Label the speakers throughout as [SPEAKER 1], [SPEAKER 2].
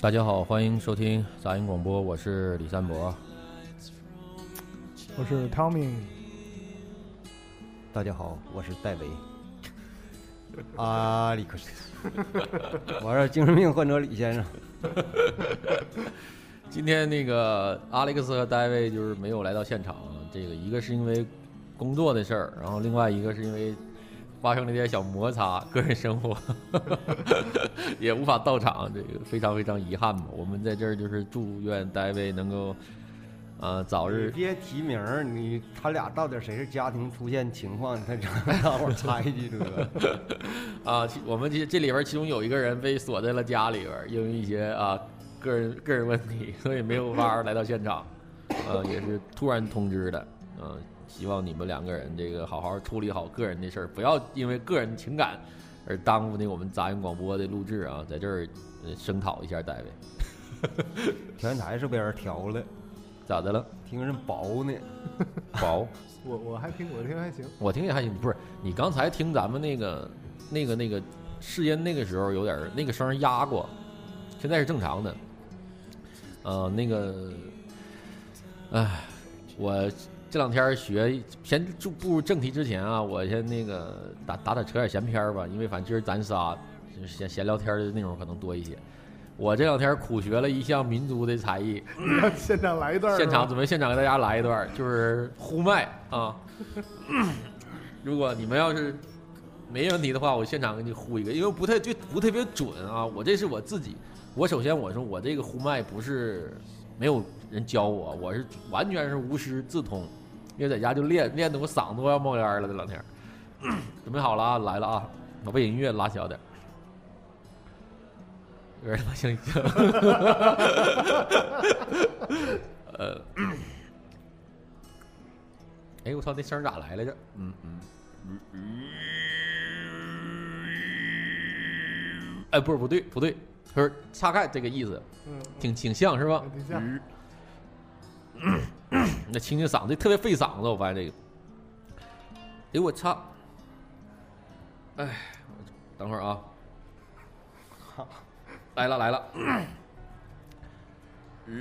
[SPEAKER 1] 大家好，欢迎收听杂音广播，我是李三博。
[SPEAKER 2] 我是 Tommy，
[SPEAKER 3] 大家好，我是戴维。阿里克斯， 我是精神病患者李 先生。
[SPEAKER 1] 今天那个阿雷克斯和戴维就是没有来到现场，这个一个是因为工作的事儿，然后另外一个是因为发生了一点小摩擦，个人生活 也无法到场，这个非常非常遗憾吧。我们在这儿就是祝愿戴维能够啊、呃早
[SPEAKER 3] 你
[SPEAKER 1] 日
[SPEAKER 3] 别提名儿，你他俩到底谁是家庭出现情况？他 让我猜一句得。
[SPEAKER 1] 啊，其我们这这里边儿其中有一个人被锁在了家里边儿，因为一些啊个人个人问题，所以没有法儿来到现场，呃，也是突然通知的，嗯、希望你们两个人这个好好处理好个人的事儿，不要因为个人情感而耽误那我们杂音广播的录制啊，在这儿呃声讨一下戴维，
[SPEAKER 3] 调音台是被人调了，
[SPEAKER 1] 咋的了？
[SPEAKER 3] 听着薄呢。
[SPEAKER 1] 薄，
[SPEAKER 2] 我我还听我听还行，
[SPEAKER 1] 我听也还行，不是你刚才听咱们那个那个那个试音那个时候有点儿那个声儿压过，现在是正常的。呃，那个，哎，我这两天学先就步入正题之前啊，我先那个打打打扯点闲篇儿吧，因为反正今儿咱仨就是闲闲聊天儿的内容可能多一些。我这两天苦学了一项民族的才艺，
[SPEAKER 2] 让现场来一段儿是
[SPEAKER 1] 现
[SPEAKER 2] 吧，
[SPEAKER 1] 场准备现场给大家来一段儿，就是呼麦啊。如果你们要是没问题的话，我现场给你呼一个，因为不太对，不特别准啊。我这是我自己，我首先我说我这个呼麦不是没有人教我，我是完全是无师自通，因为在家就练练的我嗓子都要冒烟了。这两天儿 准备好了啊，来了啊，我把音乐拉小点儿。有点他妈像呃，哎，我操，那声儿咋来来着？嗯嗯嗯。哎，不是，不对，不对，不是大概这个意思，
[SPEAKER 2] 嗯，
[SPEAKER 1] 挺挺像是吧？
[SPEAKER 2] 挺像，
[SPEAKER 1] 那清清嗓子，特别费嗓子，我发现这个。哎呦我操！哎，我等会儿啊。 来了来了。嗯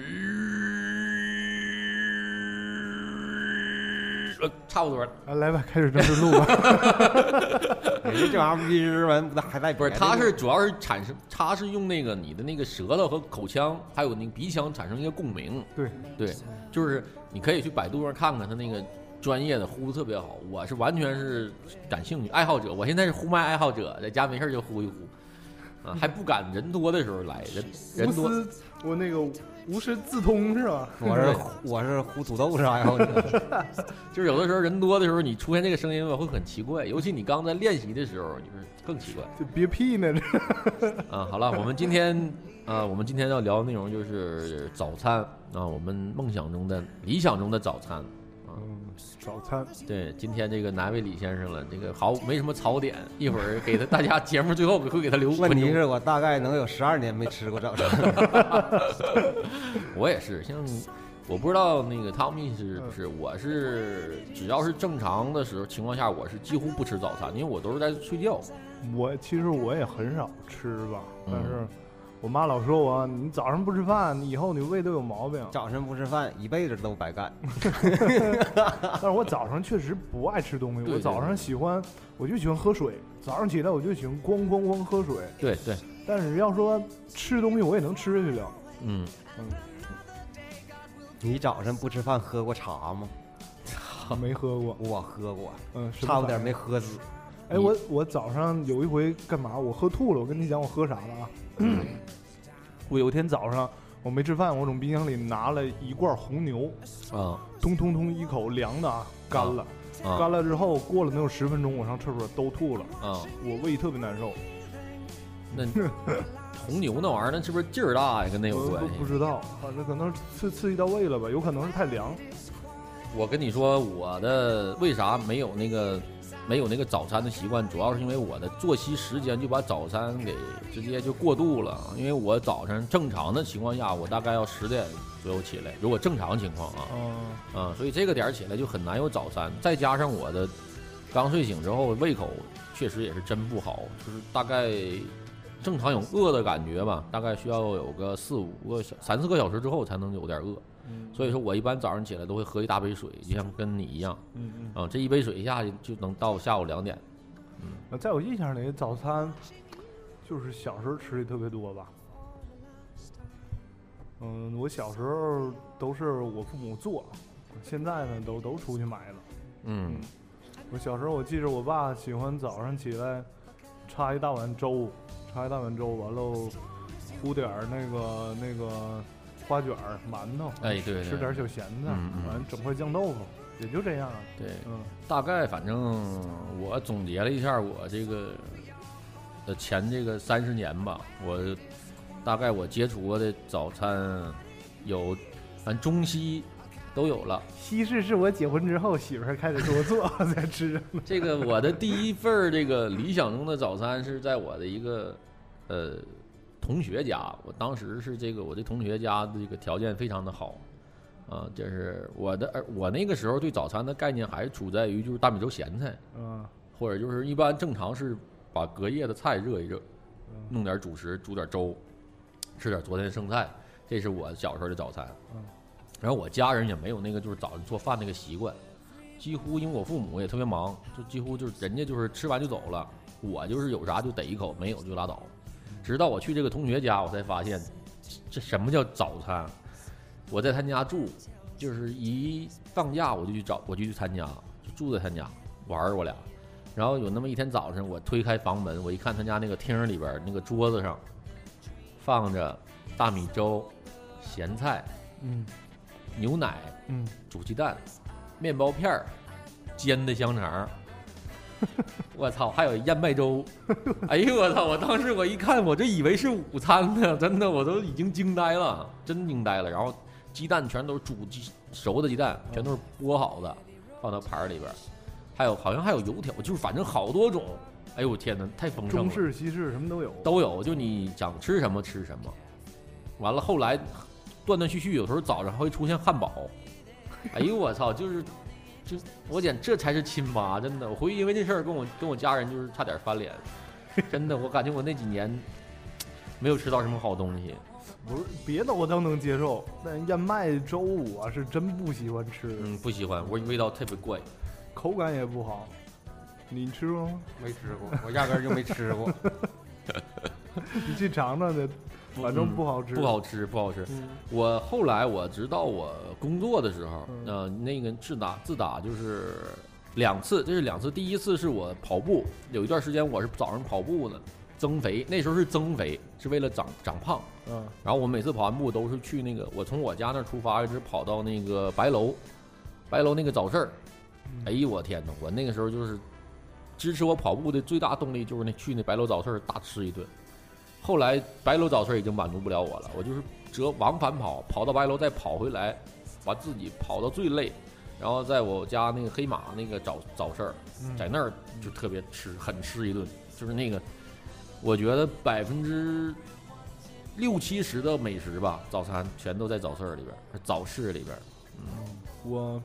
[SPEAKER 1] 呃，差不多了。
[SPEAKER 2] 啊来吧，开始正式录吧。
[SPEAKER 3] 人家这玩意儿逼着完，不还带
[SPEAKER 1] 不是，
[SPEAKER 3] 别的
[SPEAKER 1] 他是主要是产生，他是用那个你的那个舌头和口腔，还有那个鼻腔产生一些共鸣。
[SPEAKER 2] 对，
[SPEAKER 1] 对，就是你可以去百度上看看他那个专业的呼得特别好，我是完全是感兴趣爱好者，我现在是呼麦爱好者，在家没事儿就呼一呼，啊，还不敢人多的时候来，人
[SPEAKER 2] 无
[SPEAKER 1] 人多
[SPEAKER 2] 私，我那个无师自通是吧？
[SPEAKER 3] 我是我是糊土豆是 爱好者，
[SPEAKER 1] 就是有的时候人多的时候，你出现这个声音吧，会很奇怪，尤其你刚在练习的时候，就是更奇怪。
[SPEAKER 2] 就别屁呢，这
[SPEAKER 1] 啊，好了，我们今天啊，我们今天要聊的内容就是早餐啊，我们梦想中的、理想中的早餐。
[SPEAKER 2] 早餐
[SPEAKER 1] 对，今天这个难为李先生了，这个毫没什么槽点，一会儿给他大家节目最后会给他留五
[SPEAKER 3] 问
[SPEAKER 1] 分
[SPEAKER 3] 题
[SPEAKER 1] 钟。
[SPEAKER 3] 是我大概能有十二年没吃过早餐。
[SPEAKER 1] 我也是，像我不知道那个汤米
[SPEAKER 3] 嗯
[SPEAKER 1] 是不是，我是只要是正常的时候情况下，我是几乎不吃早餐，因为我都是在睡觉。
[SPEAKER 2] 我其实我也很少吃吧，
[SPEAKER 1] 嗯
[SPEAKER 2] 但是我妈老说我，你早上不吃饭，你以后你胃都有毛病。
[SPEAKER 3] 早晨不吃饭，一辈子都白干。
[SPEAKER 2] 但是我早上确实不爱吃东西，
[SPEAKER 1] 对
[SPEAKER 2] 我
[SPEAKER 1] 对
[SPEAKER 2] 早上
[SPEAKER 1] 对
[SPEAKER 2] 喜欢，我就喜欢喝水。早上起来我就喜欢咣咣咣喝水，
[SPEAKER 1] 对对，
[SPEAKER 2] 但是要说吃东西，我也能吃下去了。
[SPEAKER 1] 嗯，
[SPEAKER 3] 你早晨不吃饭喝过茶吗？
[SPEAKER 2] 没喝过，
[SPEAKER 3] 我喝过，
[SPEAKER 2] 嗯，什么
[SPEAKER 3] 差不
[SPEAKER 2] 反
[SPEAKER 3] 点
[SPEAKER 2] 应
[SPEAKER 3] 没喝死。
[SPEAKER 2] 哎，我我早上有一回干嘛？我喝吐了。我跟你讲，我喝啥了啊？我有一天早上我没吃饭，我从冰箱里拿了一罐红牛，
[SPEAKER 1] 啊
[SPEAKER 2] 通通通一口凉的啊，干了。
[SPEAKER 1] 啊
[SPEAKER 2] 干了之后过了能有十分钟，我上厕所都吐了，
[SPEAKER 1] 啊，
[SPEAKER 2] 我胃特别难受。
[SPEAKER 1] 那红牛那玩意儿，那是不是劲儿大呀？跟那有
[SPEAKER 2] 我
[SPEAKER 1] 关
[SPEAKER 2] 都
[SPEAKER 1] 系
[SPEAKER 2] 不？知道，反正可能是刺刺激到胃了吧，有可能是太凉。
[SPEAKER 1] 我跟你说，我的为啥没有那个没有那个早餐的习惯，主要是因为我的作息时间就把早餐给直接就过渡了。因为我早晨正常的情况下，我大概要十点左右起来，如果正常情况啊
[SPEAKER 2] 嗯，
[SPEAKER 1] 啊，所以这个点儿起来就很难有早餐。再加上我的刚睡醒之后胃口确实也是真不好，就是大概正常有饿的感觉吧，大概需要有个四五个小三四个小时之后才能有点饿。
[SPEAKER 2] 嗯
[SPEAKER 1] 所以说我一般早上起来都会喝一大杯水，就像跟你一样
[SPEAKER 2] 嗯嗯。
[SPEAKER 1] 啊，这一杯水下去就能到下午两点。
[SPEAKER 2] 呃在我印象里，早餐就是小时候吃的特别多吧。嗯，我小时候都是我父母做，现在呢都都出去买了。
[SPEAKER 1] 嗯
[SPEAKER 2] 我小时候我记着我爸喜欢早上起来插一大碗粥，插一大碗粥，完喽铺点儿那个那个花卷儿、馒头，
[SPEAKER 1] 哎对对
[SPEAKER 2] 吃点儿小咸菜，
[SPEAKER 1] 嗯嗯
[SPEAKER 2] 完整块酱豆腐，也就这样。
[SPEAKER 1] 对，
[SPEAKER 2] 嗯
[SPEAKER 1] 大概反正我总结了一下我这个呃前这个三十年吧，我大概我接触过的早餐有，反正中西都有了。
[SPEAKER 2] 西式是我结婚之后媳妇儿开始给我做 才吃。
[SPEAKER 1] 这个我的第一份儿这个理想中的早餐是在我的一个呃同学家，我当时是这个我的同学家的这个条件非常的好，啊，就是我的而我那个时候对早餐的概念还处在于就是大米粥咸菜，
[SPEAKER 2] 嗯
[SPEAKER 1] 或者就是一般正常是把隔夜的菜热一热，
[SPEAKER 2] 嗯
[SPEAKER 1] 弄点主食，煮点粥，吃点昨天剩菜，这是我小时候的早餐
[SPEAKER 2] 嗯。
[SPEAKER 1] 然后我家人也没有那个就是早上做饭那个习惯，几乎因为我父母也特别忙，就几乎就是人家就是吃完就走了，我就是有啥就逮一口，没有就拉倒。
[SPEAKER 2] 嗯
[SPEAKER 1] 直到我去这个同学家，我才发现这什么叫早餐。我在他家住，就是一放假我就去找，我就去他家，就住在他家玩儿我俩。然后有那么一天早上，我推开房门，我一看他家那个厅里边儿那个桌子上放着大米粥、咸菜、
[SPEAKER 2] 嗯
[SPEAKER 1] 牛奶、
[SPEAKER 2] 嗯，
[SPEAKER 1] 煮鸡蛋、面包片儿、煎的香肠 儿。我操，还有燕麦粥！哎呦我操！我当时我一看，我这以为是午餐呢，真的我都已经惊呆了，真惊呆了。然后鸡蛋全都是煮鸡熟的鸡
[SPEAKER 2] 哦
[SPEAKER 1] 蛋，全都是剥好的，放到盘儿里边儿。还有好像还有油条，就是反正好多种。哎呦我天哪，太丰盛
[SPEAKER 2] 中
[SPEAKER 1] 了！
[SPEAKER 2] 式、西式什么都有。
[SPEAKER 1] 都有，就你想吃什么吃什么。完了后来断断续续，有时候早上还会出现汉堡。哎呦我操，就是就我简这才是亲妈，真的，我回去因为这事儿跟我跟我家人就是差点翻脸，真的，我感觉我那几年没有吃到什么好东西。
[SPEAKER 2] 不是别的我都能接受，但燕麦粥我是真不喜欢吃，
[SPEAKER 1] 嗯，不喜欢，我味道特别怪。
[SPEAKER 2] 口感也不好。你吃过吗？
[SPEAKER 3] 没吃过，我压根儿就没吃过。
[SPEAKER 2] 你去尝尝去，反正不好吃。
[SPEAKER 1] 不。好吃，不好吃。
[SPEAKER 2] 嗯
[SPEAKER 1] 我后来我直到我工作的时候，
[SPEAKER 2] 嗯
[SPEAKER 1] 呃，那个自打自打就是两次，这是两次。第一次是我跑步，有一段时间我是早上跑步呢，增肥，那时候是增肥，是为了长长胖。
[SPEAKER 2] 嗯
[SPEAKER 1] 然后我每次跑完步都是去那个，我从我家那儿出发，一直跑到那个白楼，白楼那个早市儿。
[SPEAKER 2] 嗯
[SPEAKER 1] 哎呦我天呐，我那个时候就是支持我跑步的最大动力就是那去那白楼早市儿大吃一顿。后来白楼早市儿已经满足不了我了，我就是折往返跑，跑到白楼再跑回来，把自己跑到最累，然后在我家那个黑马那个早早市儿，在
[SPEAKER 2] 嗯
[SPEAKER 1] 那儿就特别吃，狠吃一顿，就是那个，我觉得百分之六七十的美食吧，早餐全都在早市儿里边儿，早市里边儿。
[SPEAKER 2] 我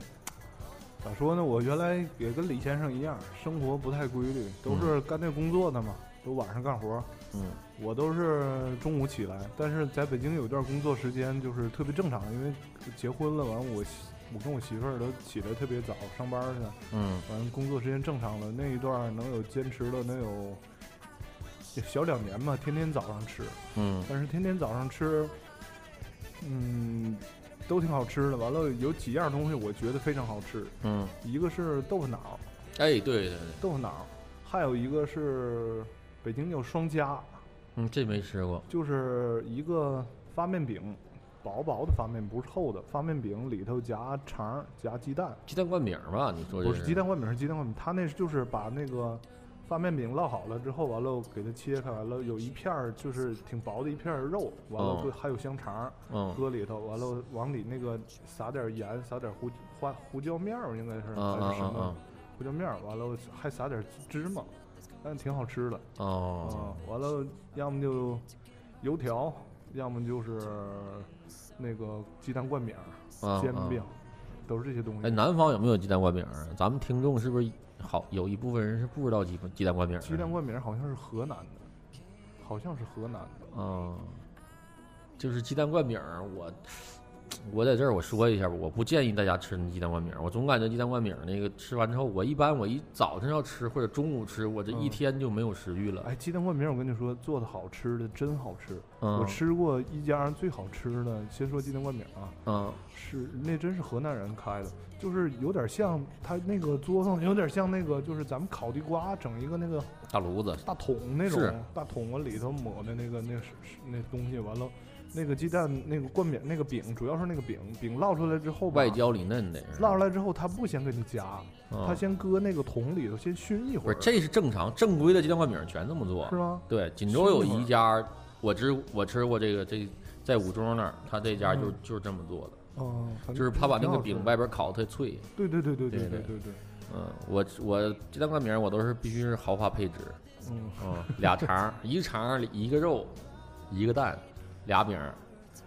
[SPEAKER 2] 咋说呢？我原来也跟李先生一样，生活不太规律，都是干这工作的嘛，都晚上干活。
[SPEAKER 1] 嗯
[SPEAKER 2] 我都是中午起来，但是在北京有一段工作时间就是特别正常，因为结婚了，完我媳我跟我媳妇儿都起得特别早，上班去。
[SPEAKER 1] 嗯
[SPEAKER 2] 完工作时间正常了，那一段儿能有坚持了能有小两年吧，天天早上吃，
[SPEAKER 1] 嗯
[SPEAKER 2] 但是天天早上吃，嗯，都挺好吃的。完了有几样东西我觉得非常好吃，
[SPEAKER 1] 嗯，
[SPEAKER 2] 一个是豆腐脑，
[SPEAKER 1] 哎对对对，
[SPEAKER 2] 豆腐脑，还有一个是北京叫双夹，
[SPEAKER 1] 嗯这没吃过。
[SPEAKER 2] 就是一个发面饼，薄薄的发面，不是厚的发面饼，里头夹肠儿夹鸡蛋。
[SPEAKER 1] 鸡蛋灌饼儿吧？你说这
[SPEAKER 2] 不是鸡蛋灌饼，是鸡蛋灌饼。他那是就是把那个发面饼烙好了之后，完了给它切开，完了有一片儿就是挺薄的一片儿肉，完了
[SPEAKER 1] 哦
[SPEAKER 2] 会还有香肠儿
[SPEAKER 1] 嗯
[SPEAKER 2] 搁里头，完了往里那个撒点儿盐，撒点儿胡花胡椒面儿应该是
[SPEAKER 1] 啊啊
[SPEAKER 2] 还是
[SPEAKER 1] 啊
[SPEAKER 2] 什么
[SPEAKER 1] 啊
[SPEAKER 2] 胡椒面儿，完了还撒点儿芝麻，但挺好吃的。啊
[SPEAKER 1] 哦，
[SPEAKER 2] 完了要么就油条，要么就是那个鸡蛋灌饼儿、
[SPEAKER 1] 啊
[SPEAKER 2] 煎
[SPEAKER 1] 啊
[SPEAKER 2] 饼，都是这些东
[SPEAKER 1] 哎，
[SPEAKER 2] 西。
[SPEAKER 1] 南方有没有鸡蛋灌饼儿啊？咱们听众是不是好有一部分人是不知道鸡鸡蛋灌饼儿的？啊
[SPEAKER 2] 鸡蛋灌饼儿好像是河南的。好像是河南的，
[SPEAKER 1] 嗯，就是鸡蛋灌饼儿，我我在这儿我说一下吧，我不建议大家吃鸡蛋灌饼儿，我总感觉鸡蛋灌饼儿那个吃完之后，我一般我一早晨要吃或者中午吃，我这一
[SPEAKER 2] 嗯
[SPEAKER 1] 天就没有食欲了。
[SPEAKER 2] 哎，鸡蛋灌饼，我跟你说，做的好吃的真好吃。我
[SPEAKER 1] 嗯
[SPEAKER 2] 吃过一家最好吃的，先说鸡蛋灌饼啊，
[SPEAKER 1] 嗯
[SPEAKER 2] 是那真是河南人开的，就是有点像他那个作坊，有点像那个就是咱们烤地瓜，整一个那个
[SPEAKER 1] 大炉子，
[SPEAKER 2] 大桶那种
[SPEAKER 1] 是
[SPEAKER 2] 大桶往里头抹的那个那是是那东西，完了那个鸡蛋那个灌饼那个饼，主要是那个饼饼烙出来之后吧
[SPEAKER 1] 外，焦里嫩的。
[SPEAKER 2] 烙出来之后他不先给你夹，
[SPEAKER 1] 嗯
[SPEAKER 2] 他先搁那个桶里头先熏一
[SPEAKER 1] 不
[SPEAKER 2] 会
[SPEAKER 1] 是
[SPEAKER 2] 儿，
[SPEAKER 1] 这是正常正规的鸡蛋灌饼儿全这么做
[SPEAKER 2] 是。吗？
[SPEAKER 1] 对，锦州有
[SPEAKER 2] 是吗
[SPEAKER 1] 一家，我知我吃过这个，这在五中那儿，他这家就
[SPEAKER 2] 嗯
[SPEAKER 1] 就是这么做的，
[SPEAKER 2] 哦，反正
[SPEAKER 1] 就是他把那
[SPEAKER 2] 挺
[SPEAKER 1] 个
[SPEAKER 2] 好吃
[SPEAKER 1] 饼外边烤特脆。
[SPEAKER 2] 对对对对
[SPEAKER 1] 对对
[SPEAKER 2] 对对对对，
[SPEAKER 1] 嗯，我我鸡蛋灌饼儿我都是必须是豪华配置，
[SPEAKER 2] 嗯，
[SPEAKER 1] 嗯，俩肠儿，一个肠儿一个肉，一个蛋，俩饼儿。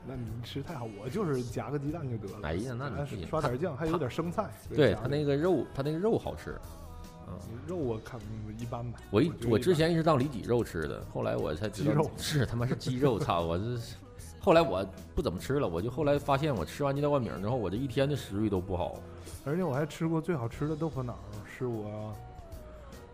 [SPEAKER 2] 那你吃太好，我就是夹个鸡蛋就得了。
[SPEAKER 1] 哎呀那你
[SPEAKER 2] 哎
[SPEAKER 1] 不行
[SPEAKER 2] 刷点酱，还有点生菜。
[SPEAKER 1] 对
[SPEAKER 2] 夹
[SPEAKER 1] 他
[SPEAKER 2] 着
[SPEAKER 1] 那个肉，他那个肉好吃。嗯，
[SPEAKER 2] 肉我看一般吧。
[SPEAKER 1] 我一
[SPEAKER 2] 觉得
[SPEAKER 1] 我
[SPEAKER 2] 一
[SPEAKER 1] 之
[SPEAKER 2] 般
[SPEAKER 1] 前一直当里脊肉吃的，后来我才知道
[SPEAKER 2] 鸡肉
[SPEAKER 1] 是他妈是鸡肉，操！我这是后来我不怎么吃了，我就后来发现我吃完鸡蛋灌饼儿之后，我这一天的食欲都不好。
[SPEAKER 2] 而且我还吃过最好吃的豆腐脑儿，是我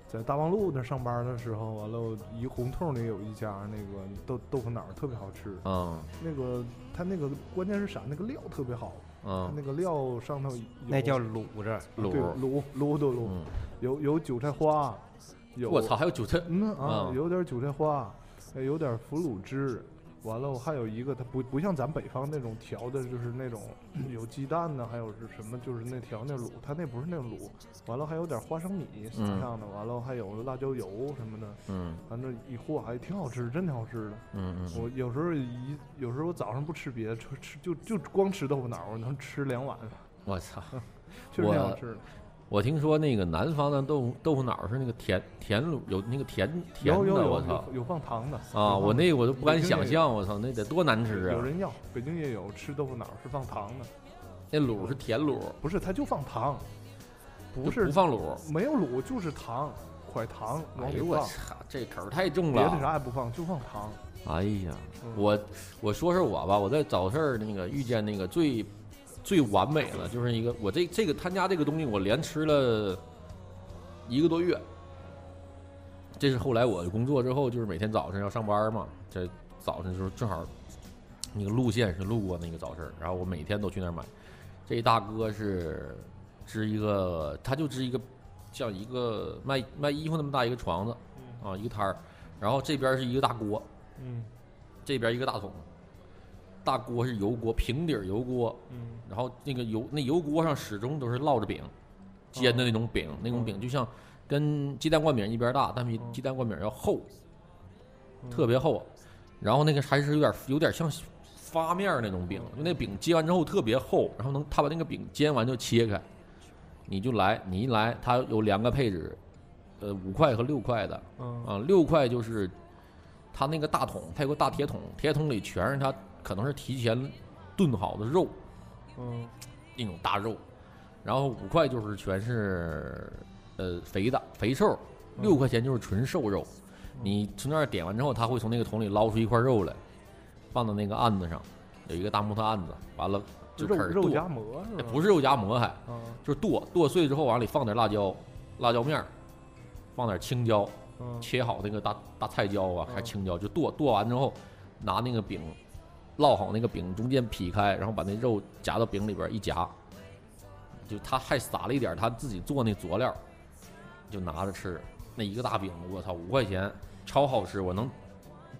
[SPEAKER 2] 在大望路那上班的时候，完了一胡同里有一家那个豆豆腐脑儿特别好吃。
[SPEAKER 1] 嗯
[SPEAKER 2] 那个它那个关键是啥？那个料特别好，它
[SPEAKER 1] 嗯，
[SPEAKER 2] 那个料上头有
[SPEAKER 3] 那叫卤子，
[SPEAKER 2] 对
[SPEAKER 1] 卤，
[SPEAKER 2] 卤卤的卤，
[SPEAKER 1] 嗯，
[SPEAKER 2] 有有韭菜花，有
[SPEAKER 1] 我操，还有韭菜，
[SPEAKER 2] 嗯啊
[SPEAKER 1] 啊，
[SPEAKER 2] 有点韭菜花，哎有点腐乳汁，完了还有一个它不不像咱北方那种调的，就是那种 有鸡蛋呢，还有是什么就是那调那卤，它那不是那种卤，完了还有点花生米撒
[SPEAKER 1] 嗯
[SPEAKER 2] 上的，完了还有辣椒油什么的，
[SPEAKER 1] 嗯
[SPEAKER 2] 反正一和还挺好吃，真挺好吃的。
[SPEAKER 1] 嗯嗯，
[SPEAKER 2] 我有时候一有时候我早上不吃别的，吃吃就就光吃豆腐脑儿，我能吃两碗，
[SPEAKER 1] 我操！
[SPEAKER 2] 确实挺好
[SPEAKER 1] 我
[SPEAKER 2] 吃的。
[SPEAKER 1] 我听说那个南方的豆腐豆腐脑儿是那个甜甜卤，有那个甜甜
[SPEAKER 2] 有有
[SPEAKER 1] 的，
[SPEAKER 2] 有
[SPEAKER 1] 我
[SPEAKER 2] 有
[SPEAKER 1] 操！
[SPEAKER 2] 有放糖的
[SPEAKER 1] 啊，
[SPEAKER 2] 有
[SPEAKER 1] 我
[SPEAKER 2] 放
[SPEAKER 1] 那个我都不敢
[SPEAKER 2] 北京
[SPEAKER 1] 想
[SPEAKER 2] 也有
[SPEAKER 1] 象，我操，那得多难吃
[SPEAKER 2] 有
[SPEAKER 1] 啊！
[SPEAKER 2] 人要，北京也有吃豆腐脑儿是放糖的。
[SPEAKER 1] 那卤是甜卤，
[SPEAKER 2] 不是，它就放糖，不
[SPEAKER 1] 就是不放卤。
[SPEAKER 2] 没有卤，就是糖，蒯糖
[SPEAKER 1] 哎
[SPEAKER 2] 往里
[SPEAKER 1] 呦我
[SPEAKER 2] 放，
[SPEAKER 1] 操，这口儿太重
[SPEAKER 2] 别的
[SPEAKER 1] 了！
[SPEAKER 2] 啥也不放，就放糖。
[SPEAKER 1] 哎呀，
[SPEAKER 2] 嗯
[SPEAKER 1] 我我说说我吧，我在早市儿那个遇见那个最最完美了，就是一个我这这个他家这个东西，我连吃了一个多月。这是后来我工作之后，就是每天早晨要上班嘛，这早晨的时候正好那个路线是路过那个早市儿，然后我每天都去那儿买。这大哥是支一个，他就支一个像一个卖卖衣服那么大一个床子啊，一个摊儿，然后这边是一个大锅，
[SPEAKER 2] 嗯
[SPEAKER 1] 这边一个大桶，大锅是油锅，平底儿油锅，
[SPEAKER 2] 嗯
[SPEAKER 1] 然后那个油那油锅上始终都是烙着饼，煎的那种饼，那种饼就像跟鸡蛋灌饼一边大，但比
[SPEAKER 2] 嗯
[SPEAKER 1] 鸡蛋灌饼要厚，
[SPEAKER 2] 嗯
[SPEAKER 1] 特别厚。然后那个还是有点有点像发面儿那种饼，就那饼煎完之后特别厚，然后能他把那个饼煎完就切开，你就来，你一来，它有两个配置，呃，五块和六块的，
[SPEAKER 2] 嗯
[SPEAKER 1] 啊，六块就是他那个大桶，他有个大铁桶，铁桶里全是他可能是提前炖好的肉，
[SPEAKER 2] 嗯
[SPEAKER 1] 那种大肉，然后五块就是全是呃肥的肥瘦，
[SPEAKER 2] 嗯
[SPEAKER 1] 六块钱就是纯瘦肉。你从那儿点完之后，他会从那个桶里捞出一块肉来，放到那个案子上，有一个大木头案子，完了就
[SPEAKER 2] 肉
[SPEAKER 1] 开始
[SPEAKER 2] 肉
[SPEAKER 1] 剁，
[SPEAKER 2] 夹馍是
[SPEAKER 1] 哎
[SPEAKER 2] 吧？
[SPEAKER 1] 不
[SPEAKER 2] 是
[SPEAKER 1] 是肉夹馍还，
[SPEAKER 2] 啊
[SPEAKER 1] 就是剁剁碎之后往里放点辣椒，辣椒面儿，放点青椒，
[SPEAKER 2] 嗯
[SPEAKER 1] 切好那个大大菜椒啊，
[SPEAKER 2] 嗯
[SPEAKER 1] 还青椒，就剁剁完之后，拿那个饼烙好那个饼，中间劈开，然后把那肉夹到饼里边一夹，就他还撒了一点他自己做那佐料，就拿着吃。那一个大饼，我操，五块钱，超好吃，我能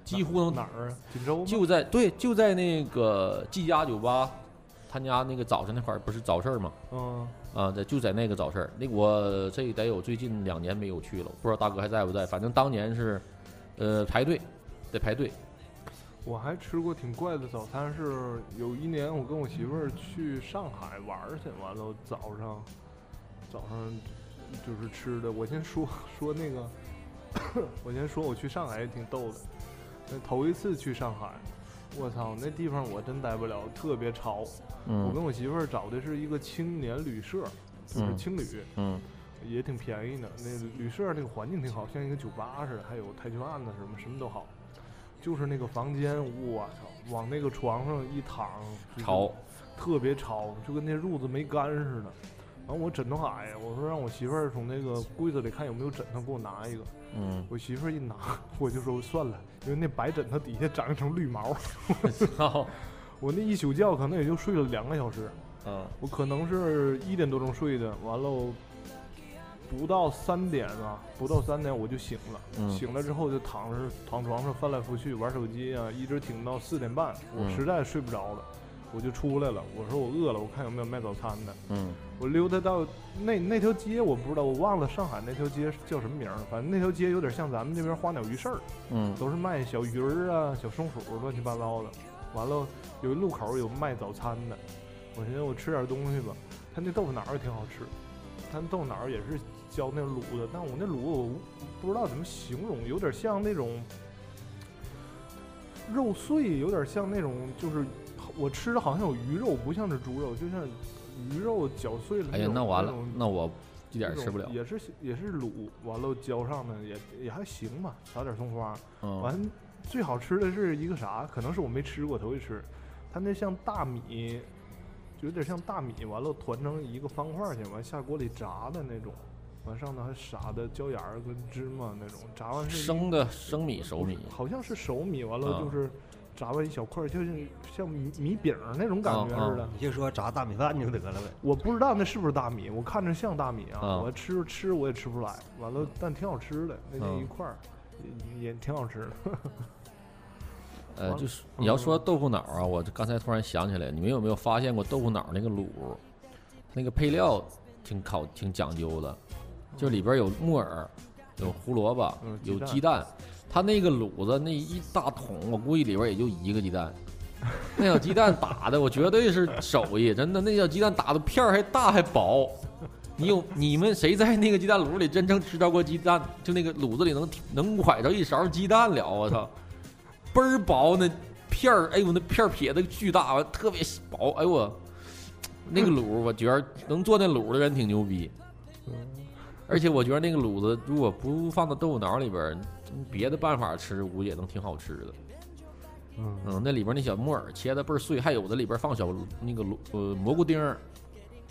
[SPEAKER 1] 几乎能
[SPEAKER 2] 哪儿啊？锦州吗
[SPEAKER 1] 就在对就在那个季家酒吧，他家那个早晨那块儿不是早市儿吗？
[SPEAKER 2] 嗯
[SPEAKER 1] 啊，在就在那个早市儿，那我这得有最近两年没有去了，不知道大哥还在不在。反正当年是，呃，排队，得排队。
[SPEAKER 2] 我还吃过挺怪的早餐，是有一年我跟我媳妇儿去上海玩儿去，完了早上早上就是吃的。我先说说那个，我先说我去上海也挺逗的。那头一次去上海，我操，那地方我真待不了，特别潮。我
[SPEAKER 1] 嗯
[SPEAKER 2] 跟我媳妇儿找的是一个青年旅社，就是
[SPEAKER 1] 嗯
[SPEAKER 2] 青旅，
[SPEAKER 1] 嗯
[SPEAKER 2] 也挺便宜的。那旅社那个环境挺好，像一个酒吧似的，还有跆拳案子什么什么都好。就是那个房间，我操，往那个床上一躺，就是
[SPEAKER 1] 潮，
[SPEAKER 2] 特别潮，就跟那褥子没干似的。完我枕头矮，我说让我媳妇儿从那个柜子里看有没有枕头，给我拿一个。
[SPEAKER 1] 嗯，
[SPEAKER 2] 我媳妇儿一拿， 我就说算了，因为那白枕头底下长一层绿毛。
[SPEAKER 1] 操，
[SPEAKER 2] 我那一宿觉可能也就睡了两个小时，
[SPEAKER 1] 嗯
[SPEAKER 2] 我可能是一点多钟睡的，完了不到三点吧，不到三点我就醒了，
[SPEAKER 1] 嗯
[SPEAKER 2] 醒了之后就躺着躺床上翻来覆去玩手机啊，一直挺到四点半，我
[SPEAKER 1] 嗯
[SPEAKER 2] 实在睡不着了，我就出来了，我说我饿了，我看有没有卖早餐的，
[SPEAKER 1] 嗯
[SPEAKER 2] 我溜达到那那条街我不知道，我忘了上海那条街叫什么名儿了，反正那条街有点像咱们这边花鸟鱼市儿。
[SPEAKER 1] 嗯
[SPEAKER 2] 都是卖小鱼儿啊、小松鼠乱七八糟的。完了，有一路口有卖早餐的，我寻思我吃点东西吧。他那豆腐脑儿也挺好吃，他那豆腐脑儿也是浇那卤的，但我那卤我不知道怎么形容，有点像那种肉碎，有点像那种就是我吃的好像有鱼肉，不像是猪肉，就像鱼肉搅碎了
[SPEAKER 1] 哎
[SPEAKER 2] 那种。
[SPEAKER 1] 呀，那完了
[SPEAKER 2] 种，
[SPEAKER 1] 那我一点儿
[SPEAKER 2] 那
[SPEAKER 1] 吃不
[SPEAKER 2] 种
[SPEAKER 1] 了。
[SPEAKER 2] 也是也是卤，完了浇上的也也还行吧，撒点葱花，
[SPEAKER 1] 嗯
[SPEAKER 2] 完，最好吃的是一个啥？可能是我没吃过，头一吃。它那像大米，就有点像大米，完了团成一个方块儿去，完下锅里炸的那种，完上头还撒的椒盐儿跟芝麻那种，炸完是一
[SPEAKER 1] 生的生米熟米，
[SPEAKER 2] 好像是熟米，完
[SPEAKER 1] 啊
[SPEAKER 2] 了就是炸完一小块儿，就是像米米饼儿那种感
[SPEAKER 1] 啊
[SPEAKER 2] 觉似的。
[SPEAKER 3] 你就说炸大米饭就得了呗。
[SPEAKER 2] 我不知道那是不是大米，我看着像大米啊，
[SPEAKER 1] 啊
[SPEAKER 2] 我吃吃我也吃不出来。完了，但挺好吃的，那那
[SPEAKER 1] 嗯
[SPEAKER 2] 一块儿、也也挺好吃的。
[SPEAKER 1] 呃，
[SPEAKER 2] 完
[SPEAKER 1] 就是
[SPEAKER 2] 嗯
[SPEAKER 1] 你要说豆腐脑啊，我刚才突然想起来，你们有没有发现过豆腐脑那个卤，那个配料挺考挺讲究的，就里边有木耳，有胡萝卜
[SPEAKER 2] 嗯，
[SPEAKER 1] 有
[SPEAKER 2] 鸡蛋
[SPEAKER 1] 鸡蛋，它那个卤子那一大桶，我估计里边也就一个鸡蛋。那小鸡蛋打的，我绝对是手艺，真的。那小鸡蛋打的片儿还大还薄，你有你们谁在那个鸡蛋卤里真正吃到过鸡蛋？就那个卤子里能能拐着一勺鸡蛋了，我操，倍儿薄那片儿，哎呦那片儿撇的巨大，完特别薄，哎呦我那个卤，我觉得能做那卤的人挺牛逼。而且我觉得那个卤子如果不放到豆腐脑里边儿，别的办法吃，估计也能挺好吃的。
[SPEAKER 2] 嗯
[SPEAKER 1] 嗯，那里边那小木耳切的倍儿碎，还有的里边放小那个卤呃蘑菇丁儿，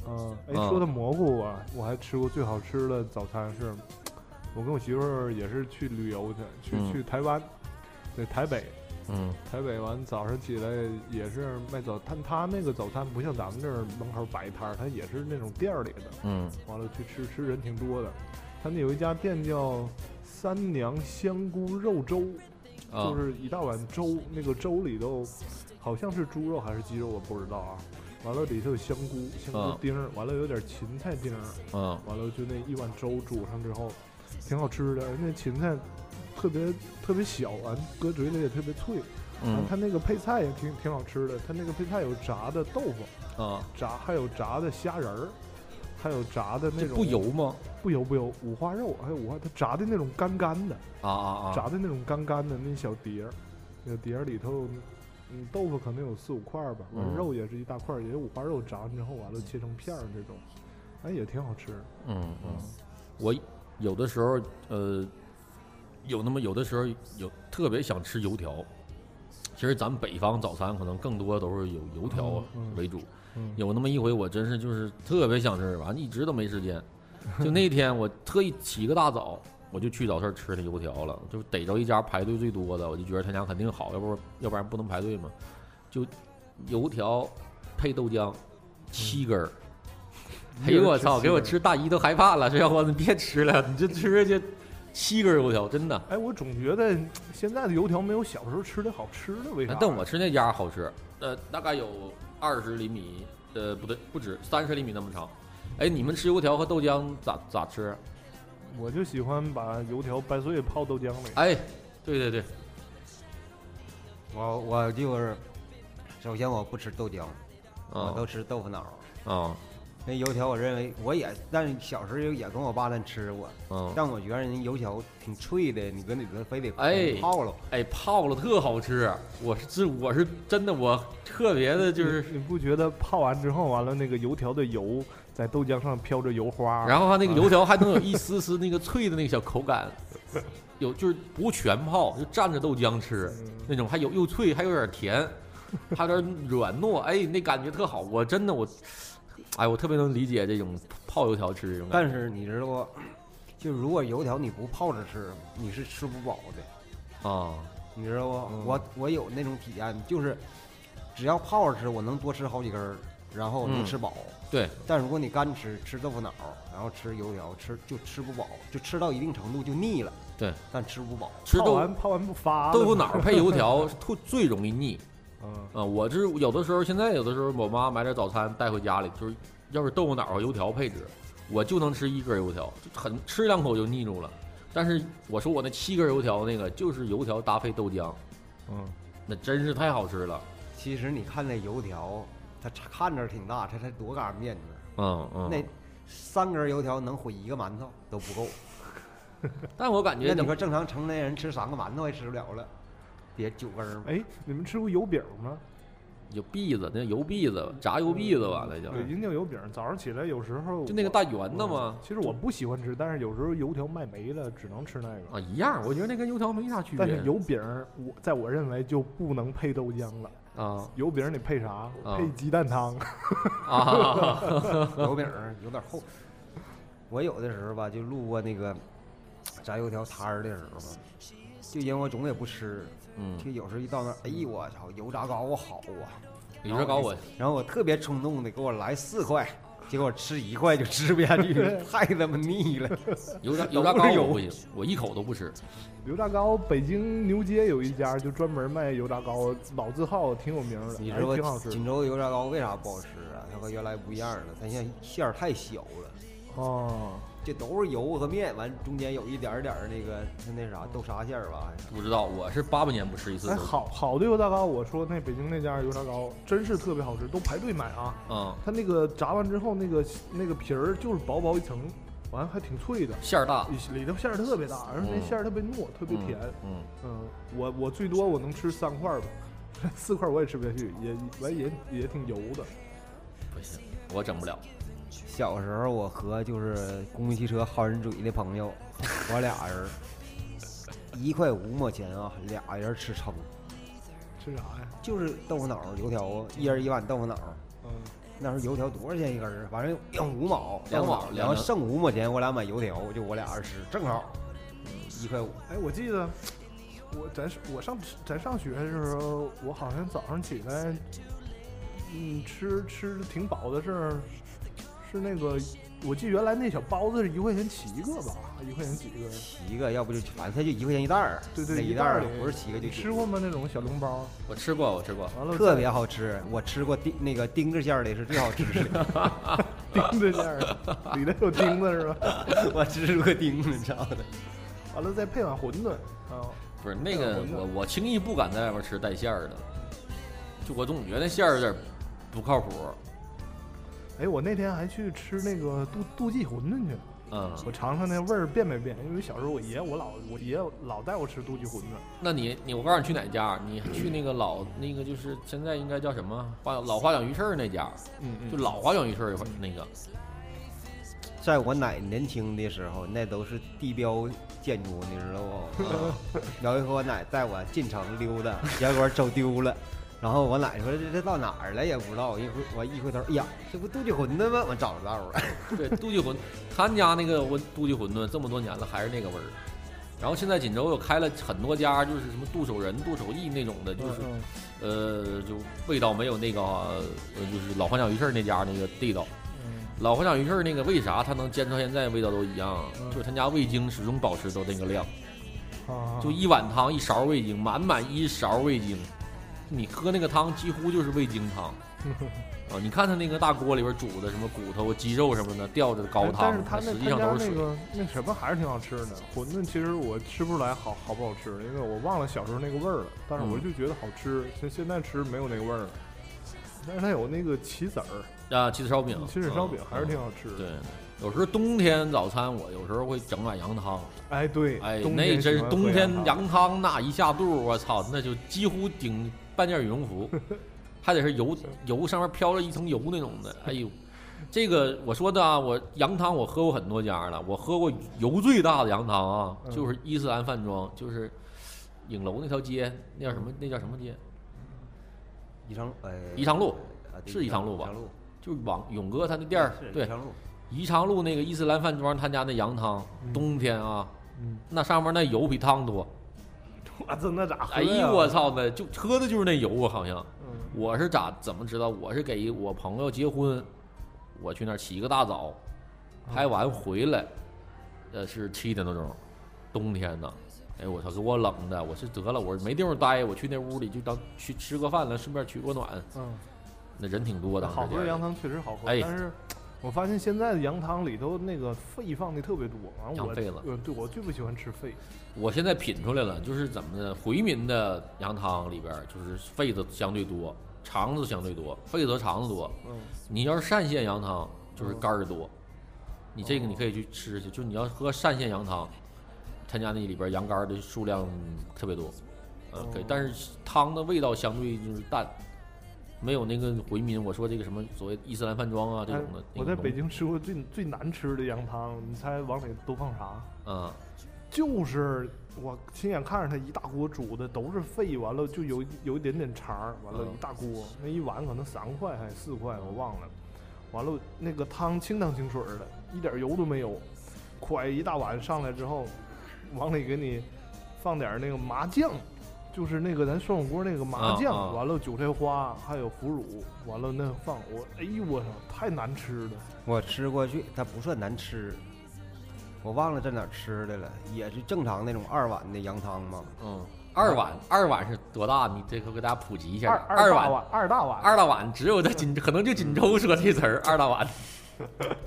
[SPEAKER 2] 嗯，哎，
[SPEAKER 1] 嗯
[SPEAKER 2] 说到蘑菇啊，我还吃过最好吃的早餐是，我跟我媳妇儿也是去旅游去，去、
[SPEAKER 1] 嗯
[SPEAKER 2] 去台湾，对台北，
[SPEAKER 1] 嗯
[SPEAKER 2] 台北完早上起来也是卖早，他他那个早餐不像咱们这儿门口摆摊儿，他也是那种店儿里的，
[SPEAKER 1] 嗯
[SPEAKER 2] 完了去吃吃人挺多的，他那有一家店叫三娘香菇肉粥，
[SPEAKER 1] 啊
[SPEAKER 2] 就是一大碗粥，那个粥里头好像是猪肉还是鸡肉，我不知道啊。完了里头有香菇、香
[SPEAKER 1] 啊
[SPEAKER 2] 菇丁儿，完了有点芹菜丁儿，
[SPEAKER 1] 嗯
[SPEAKER 2] 完了就那一碗粥煮上之后，挺好吃的。那芹菜特别特别小啊，搁嘴里也特别脆。然后
[SPEAKER 1] 嗯
[SPEAKER 2] 它那个配菜也挺挺好吃的，它那个配菜有炸的豆腐，
[SPEAKER 1] 啊，
[SPEAKER 2] 炸还有炸的虾仁儿，还有炸的那
[SPEAKER 1] 这
[SPEAKER 2] 种
[SPEAKER 1] 不油吗？
[SPEAKER 2] 不油不油五花肉，还有五花，它炸的那种干干的。
[SPEAKER 1] 啊啊啊！
[SPEAKER 2] 炸的那种干干的那小碟儿，那碟儿里头，嗯，豆腐可能有四五块儿吧，完
[SPEAKER 1] 嗯
[SPEAKER 2] 肉也是一大块儿，也有五花肉炸完之后，完了切成片儿这种，哎，也挺好吃。
[SPEAKER 1] 嗯嗯，我有的时候呃，有那么有的时候有特别想吃油条。其实咱们北方早餐可能更多都是有油条
[SPEAKER 2] 嗯嗯
[SPEAKER 1] 为主，
[SPEAKER 2] 嗯
[SPEAKER 1] 有那么一回，我真是就是特别想吃，完了一直都没时间。就那天我特意起个大早，我就去早市吃那油条了，就逮着一家排队最多的，我就觉得他家肯定好，要不要不然不能排队嘛。就油条配豆浆，七根儿。哎呦我操！给我吃大姨都害怕了，说小伙子你别吃了，你就吃去七根儿油条，真的。
[SPEAKER 2] 哎，我总觉得现在的油条没有小时候吃的啊好吃了，为啥？
[SPEAKER 1] 啊但我吃那家好吃，呃，大概有二十厘米，呃，不对，不止三十厘米那么长。哎，你们吃油条和豆浆咋咋吃？
[SPEAKER 2] 我就喜欢把油条掰碎泡豆浆里。
[SPEAKER 1] 哎，对对对，
[SPEAKER 3] 我我就是，首先我不吃豆浆，我
[SPEAKER 1] 啊
[SPEAKER 3] 都吃豆腐脑。
[SPEAKER 1] 啊
[SPEAKER 3] 那油条我认为我也，但是小时候也跟我爸那吃过，
[SPEAKER 1] 啊！
[SPEAKER 3] 但我觉得人油条挺脆的，你搁里头非得
[SPEAKER 1] 哎
[SPEAKER 3] 泡了。
[SPEAKER 1] 哎，泡了特好吃，我是这我是真的我特别的 就是，
[SPEAKER 2] 你你不觉得泡完之后，完了那个油条的油在豆浆上飘着油花，
[SPEAKER 1] 然后它那个油条还能有一丝丝那个脆的那个小口感， 有就是不全泡，就蘸着豆浆吃
[SPEAKER 2] 嗯
[SPEAKER 1] 那种，还有又脆，还有点甜，还有点软糯，哎，那感觉特好。我真的我，哎，我特别能理解这种泡油条吃这种感觉。
[SPEAKER 3] 但是你知道不？ 就如果油条你不泡着吃，你是吃不饱的，
[SPEAKER 1] 啊，
[SPEAKER 3] 你知道不？
[SPEAKER 2] 嗯
[SPEAKER 3] 我我有那种体验，就是只要泡着吃，我能多吃好几根儿，然后能
[SPEAKER 1] 嗯
[SPEAKER 3] 吃饱。
[SPEAKER 1] 对，
[SPEAKER 3] 但如果你干吃，吃豆腐脑，然后吃油条，吃就吃不饱，就吃到一定程度就腻了。
[SPEAKER 1] 对，
[SPEAKER 3] 但吃不饱。
[SPEAKER 1] 吃
[SPEAKER 2] 泡
[SPEAKER 1] 豆
[SPEAKER 2] 完泡完不发了
[SPEAKER 1] 豆腐
[SPEAKER 2] 吗
[SPEAKER 1] 脑儿配油条是特最容易腻
[SPEAKER 2] 嗯
[SPEAKER 1] 啊。我这有的时候现在有的时候我妈买点早餐带回家里，就是要是豆腐脑儿和油条配置，我就能吃一根油条，就很吃两口就腻住了。但是我说我那七根油条那个就是油条搭配豆浆，
[SPEAKER 2] 嗯，
[SPEAKER 1] 那真是太好吃了。
[SPEAKER 3] 其实你看那油条，它看着挺大，它才多大面积呢？
[SPEAKER 1] 嗯
[SPEAKER 3] 那
[SPEAKER 1] 嗯，
[SPEAKER 3] 三根油条能毁一个馒头都不够。
[SPEAKER 1] 但我感觉
[SPEAKER 3] 那你
[SPEAKER 1] 能
[SPEAKER 3] 说正常成年人吃三个馒头也吃不了了，别九根儿吗？
[SPEAKER 2] 哎，你们吃过油饼吗？
[SPEAKER 1] 有篦子，那油篦子，炸油篦子吧，那叫
[SPEAKER 2] 北京叫油饼，早上起来有时候
[SPEAKER 1] 就那个
[SPEAKER 2] 我
[SPEAKER 1] 大圆的嘛。
[SPEAKER 2] 其实我不喜欢吃，但是有时候油条卖没了，只能吃那个。
[SPEAKER 1] 啊，一样，我觉得那跟油条没啥区别。
[SPEAKER 2] 但是油饼儿，我在我认为就不能配豆浆了。
[SPEAKER 1] 啊
[SPEAKER 2] 油饼儿你配啥？
[SPEAKER 1] 啊
[SPEAKER 2] 配鸡蛋汤。
[SPEAKER 1] 啊，
[SPEAKER 3] 油饼儿有点厚。我有的时候吧，就路过那个炸油条摊儿的时候，就因为我总也不吃，
[SPEAKER 1] 嗯，
[SPEAKER 3] 就有时候一到那儿，哎呦我操，油炸糕好啊！
[SPEAKER 1] 你说搞我
[SPEAKER 3] 然后我特别冲动的给我来四块，结果吃一块就吃不下 去了，太他妈腻了。
[SPEAKER 1] 油炸油炸糕我不行，我一口都不吃。
[SPEAKER 2] 油炸糕，北京牛街有一家就专门卖油炸糕，老字号挺有名儿的，
[SPEAKER 3] 你
[SPEAKER 2] 还
[SPEAKER 3] 说
[SPEAKER 2] 挺好吃
[SPEAKER 3] 锦州油炸糕为啥不好吃啊？它和原来不一样了，它现在馅儿太小了，
[SPEAKER 2] 哦。
[SPEAKER 3] 就都是油和面，完中间有一点儿点儿那个它那啥豆沙馅儿吧，
[SPEAKER 1] 不知道，我是八八年不吃一次
[SPEAKER 2] 哎，
[SPEAKER 1] 都。
[SPEAKER 2] 好好的油炸糕，我说那北京那家油炸糕真是特别好吃，都排队买啊。
[SPEAKER 1] 嗯，
[SPEAKER 2] 它那个炸完之后，那个那个皮儿就是薄薄一层，完还挺脆的，
[SPEAKER 1] 馅儿大，
[SPEAKER 2] 里里头馅儿特别大，而且那
[SPEAKER 1] 嗯
[SPEAKER 2] 馅儿特别糯，特别
[SPEAKER 1] 嗯
[SPEAKER 2] 甜。
[SPEAKER 1] 嗯，
[SPEAKER 2] 嗯，我我最多我能吃三块儿吧，四块儿我也吃不下去，也完也也挺油的。
[SPEAKER 1] 不行，我整不了。
[SPEAKER 3] 小时候，我和就是公共汽车薅人嘴的 朋友，我俩人儿，一块五毛钱啊，俩人吃撑，
[SPEAKER 2] 吃啥呀？
[SPEAKER 3] 就是豆腐脑儿、油条啊，一人一碗豆腐脑儿。
[SPEAKER 2] 嗯，
[SPEAKER 3] 那时候油条多少钱一根儿啊？反正要五毛，
[SPEAKER 1] 两毛
[SPEAKER 3] 毛，
[SPEAKER 1] 两
[SPEAKER 3] 然后
[SPEAKER 1] 毛
[SPEAKER 3] 剩五毛钱，我俩买油条，就我俩人吃，正好一块五。
[SPEAKER 2] 哎，我记得我咱是我上咱上学的时候，我好像早上起来，嗯，吃吃的挺饱的是是那个，我记得原来那小包子是一块钱七个吧，一块钱几个？
[SPEAKER 3] 一个，要不就反正它就一块钱一袋儿，
[SPEAKER 2] 对对，
[SPEAKER 3] 那
[SPEAKER 2] 一
[SPEAKER 3] 袋
[SPEAKER 2] 儿
[SPEAKER 3] 儿
[SPEAKER 2] 里
[SPEAKER 3] 不是七个就
[SPEAKER 2] 你
[SPEAKER 3] 几
[SPEAKER 2] 吃过吗？那种小笼包，
[SPEAKER 1] 我吃过，我吃过。
[SPEAKER 2] 完了
[SPEAKER 3] 特别好吃。我吃过丁那个丁字馅儿的是最好吃 的，
[SPEAKER 2] 钉子馅儿的，里头有钉子是吧？
[SPEAKER 3] 我吃过丁字馅儿的。
[SPEAKER 2] 完了再配碗馄饨啊，
[SPEAKER 1] 不是那个
[SPEAKER 2] 嗯我，
[SPEAKER 1] 我我轻易不敢在外边吃带馅儿的，就我总觉得馅儿有点不靠谱。
[SPEAKER 2] 哎，我那天还去吃那个杜杜记馄饨去了，
[SPEAKER 1] 嗯，
[SPEAKER 2] 我尝尝那味儿变没变，因为小时候我爷我老我爷老带我吃杜记馄饨，
[SPEAKER 1] 那你你我告诉你去哪家，你去那个老那个就是现在应该叫什么花老花卷鱼翅儿那家，
[SPEAKER 2] 嗯
[SPEAKER 1] 就老花卷鱼翅儿那 个
[SPEAKER 3] 在我奶年轻的时候，那都是地标建筑，你知道不？有一回我奶带我进城溜达， 结果走丢了。然后我奶说：“这这到哪儿了也不知道。”一回我一回头，哎呀，这不杜记馄饨吗？我找 着了。
[SPEAKER 1] 对，杜记馄，他们家那个馄杜记馄饨这么多年了还是那个味儿。然后现在锦州又开了很多家，就是什么杜守仁、杜守义那种的，就是
[SPEAKER 2] 嗯
[SPEAKER 1] 呃，就味道没有那个呃，就是老花鸟鱼翅儿那家那个地道。
[SPEAKER 2] 嗯
[SPEAKER 1] 老花鸟鱼翅儿那个为啥它能坚持到现在味道都一样？
[SPEAKER 2] 嗯
[SPEAKER 1] 就是他家味精始终保持到那个量，
[SPEAKER 2] 啊，
[SPEAKER 1] 就一碗汤一勺味精，满满一勺味精，你喝那个汤几乎就是味精 汤。啊，你看他那个大锅里边煮的什么骨头、鸡肉什么的，吊着高
[SPEAKER 2] 哎但
[SPEAKER 1] 汤
[SPEAKER 2] 是，他那
[SPEAKER 1] 实际
[SPEAKER 2] 他
[SPEAKER 1] 上
[SPEAKER 2] 家
[SPEAKER 1] 都是水。
[SPEAKER 2] 那个那什么还是挺好吃的，馄饨其实我吃不出来好好不好吃，因为我忘了小时候那个味儿了，但是我
[SPEAKER 1] 嗯
[SPEAKER 2] 就觉得好吃，现、现在吃没有那个味儿了。但是它有那个棋子儿、
[SPEAKER 1] 啊，起司烧饼，
[SPEAKER 2] 棋子烧饼
[SPEAKER 1] 嗯
[SPEAKER 2] 还是挺
[SPEAKER 1] 嗯
[SPEAKER 2] 好吃的。
[SPEAKER 1] 对，有时候冬天早餐我有时候会整碗羊汤，
[SPEAKER 2] 哎对，
[SPEAKER 1] 哎，
[SPEAKER 2] 冬
[SPEAKER 1] 那
[SPEAKER 2] 天
[SPEAKER 1] 真
[SPEAKER 2] 喜
[SPEAKER 1] 是
[SPEAKER 2] 欢
[SPEAKER 1] 冬
[SPEAKER 2] 喝
[SPEAKER 1] 天
[SPEAKER 2] 汤
[SPEAKER 1] 羊汤那一下肚，我操，那就几乎顶 半件羽绒服，还得是油油上面飘着一层油那种的，哎呦，这个我说的啊，我羊汤我喝过很多家了，我喝过油最大的羊汤啊，
[SPEAKER 2] 嗯
[SPEAKER 1] 就是伊斯兰饭庄，就是影楼那条街，那叫什
[SPEAKER 2] 嗯
[SPEAKER 1] 么？那叫什么街？
[SPEAKER 3] 宜昌呃
[SPEAKER 1] 宜昌路
[SPEAKER 3] 啊对
[SPEAKER 1] 是宜昌路吧
[SPEAKER 3] 宜昌路
[SPEAKER 1] 就是往勇哥他那店儿
[SPEAKER 3] 是，宜
[SPEAKER 1] 对，
[SPEAKER 3] 昌路
[SPEAKER 1] 宜昌路那个伊斯兰饭庄，他家那羊汤，
[SPEAKER 2] 嗯
[SPEAKER 1] 冬天啊，
[SPEAKER 2] 嗯，
[SPEAKER 1] 那上面那油比汤多。
[SPEAKER 2] 我操，那咋喝
[SPEAKER 1] 哎
[SPEAKER 2] 呀
[SPEAKER 1] 呦我，操那就喝的就是那油啊，好像。
[SPEAKER 2] 嗯
[SPEAKER 1] 我是咋怎么知道？我是给我朋友结婚，我去那儿起个大早，拍完回来，呃是七点多钟，冬天呢。哎我操，给我冷的！我是得了，我没地方待，我去那屋里就当去吃个饭了，顺便取个暖。
[SPEAKER 2] 嗯，
[SPEAKER 1] 那人挺多的，
[SPEAKER 2] 好喝
[SPEAKER 1] 当时
[SPEAKER 2] 的羊汤确实好喝，
[SPEAKER 1] 哎
[SPEAKER 2] 但是我发现现在的羊汤里头那个肺放的特别多，完
[SPEAKER 1] 羊
[SPEAKER 2] 我
[SPEAKER 1] 肺了
[SPEAKER 2] 呃对我最不喜欢吃肺，
[SPEAKER 1] 我现在品出来了，就是怎么呢？回民的羊汤里边儿，就是肺子相对多，肠子相对多，肺子肠子多。
[SPEAKER 2] 嗯，
[SPEAKER 1] 你要是单县羊汤，就是
[SPEAKER 2] 嗯哦
[SPEAKER 1] 肝儿多。你这个你可以去吃去，就你要喝单县羊汤，他家那里边羊肝儿的数量特别多，嗯，可以
[SPEAKER 2] 哦。
[SPEAKER 1] 但是汤的味道相对就是淡，没有那个回民我说这个什么所谓伊斯兰饭庄啊这
[SPEAKER 2] 哎
[SPEAKER 1] 种的。
[SPEAKER 2] 我在北京吃过最最难吃的羊汤，你猜往里都放啥？
[SPEAKER 1] 啊，
[SPEAKER 2] 就是我亲眼看着他一大锅煮的都是肺，完了就有有一点点肠儿，完了
[SPEAKER 1] 嗯
[SPEAKER 2] 一大锅，那一碗可能三块还是四块，我忘了。完了那个汤清汤清水儿的，一点油都没有，㧟一大碗上来之后，往里给你放点儿那个麻酱，就是那个咱涮火锅那个麻酱，
[SPEAKER 1] 啊啊
[SPEAKER 2] 完了韭菜花还有腐乳，完了那放我，哎呦我操，太难吃了。
[SPEAKER 3] 我吃过去，它不算难吃，我忘了在哪儿吃的了，也是正常那种二碗的羊汤 嘛。
[SPEAKER 1] 嗯，二碗二碗是多大？你这个给大家普及一下，
[SPEAKER 2] 二
[SPEAKER 1] 二
[SPEAKER 2] 大
[SPEAKER 1] 碗
[SPEAKER 2] 碗，二大碗，
[SPEAKER 1] 二大碗只有在锦，可能就锦州说这词儿。
[SPEAKER 2] 嗯
[SPEAKER 1] 二大碗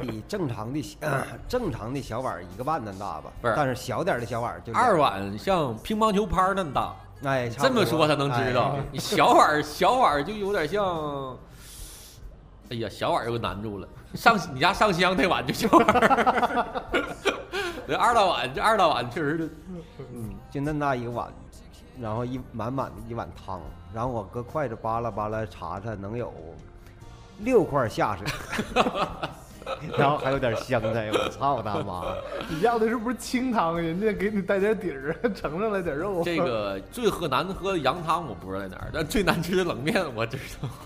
[SPEAKER 3] 比正常的小啊正常的小碗儿一个半那大吧，
[SPEAKER 1] 不是
[SPEAKER 3] 但是小点儿的小碗儿就两
[SPEAKER 1] 二，碗像乒乓球拍儿那么大，
[SPEAKER 3] 哎，差
[SPEAKER 1] 这
[SPEAKER 3] 不
[SPEAKER 1] 么
[SPEAKER 3] 多
[SPEAKER 1] 说才能知道
[SPEAKER 3] 哎。
[SPEAKER 1] 你小碗儿小碗儿就有点像，哎呀，小碗儿又难住了。上你家上香那碗就小碗儿， 这二大碗这二大碗确实是，嗯，
[SPEAKER 3] 就那么大一个碗，然后一满满的一碗汤，然后我搁筷子扒拉扒拉查查，能有六块下水， 然后还有点香菜，我操他妈！
[SPEAKER 2] 你要的是不是清汤？人家给你带点底儿，啊 盛上来点肉。
[SPEAKER 1] 这个最喝难喝的羊汤我不知道在哪儿，但最难吃的冷面我知道。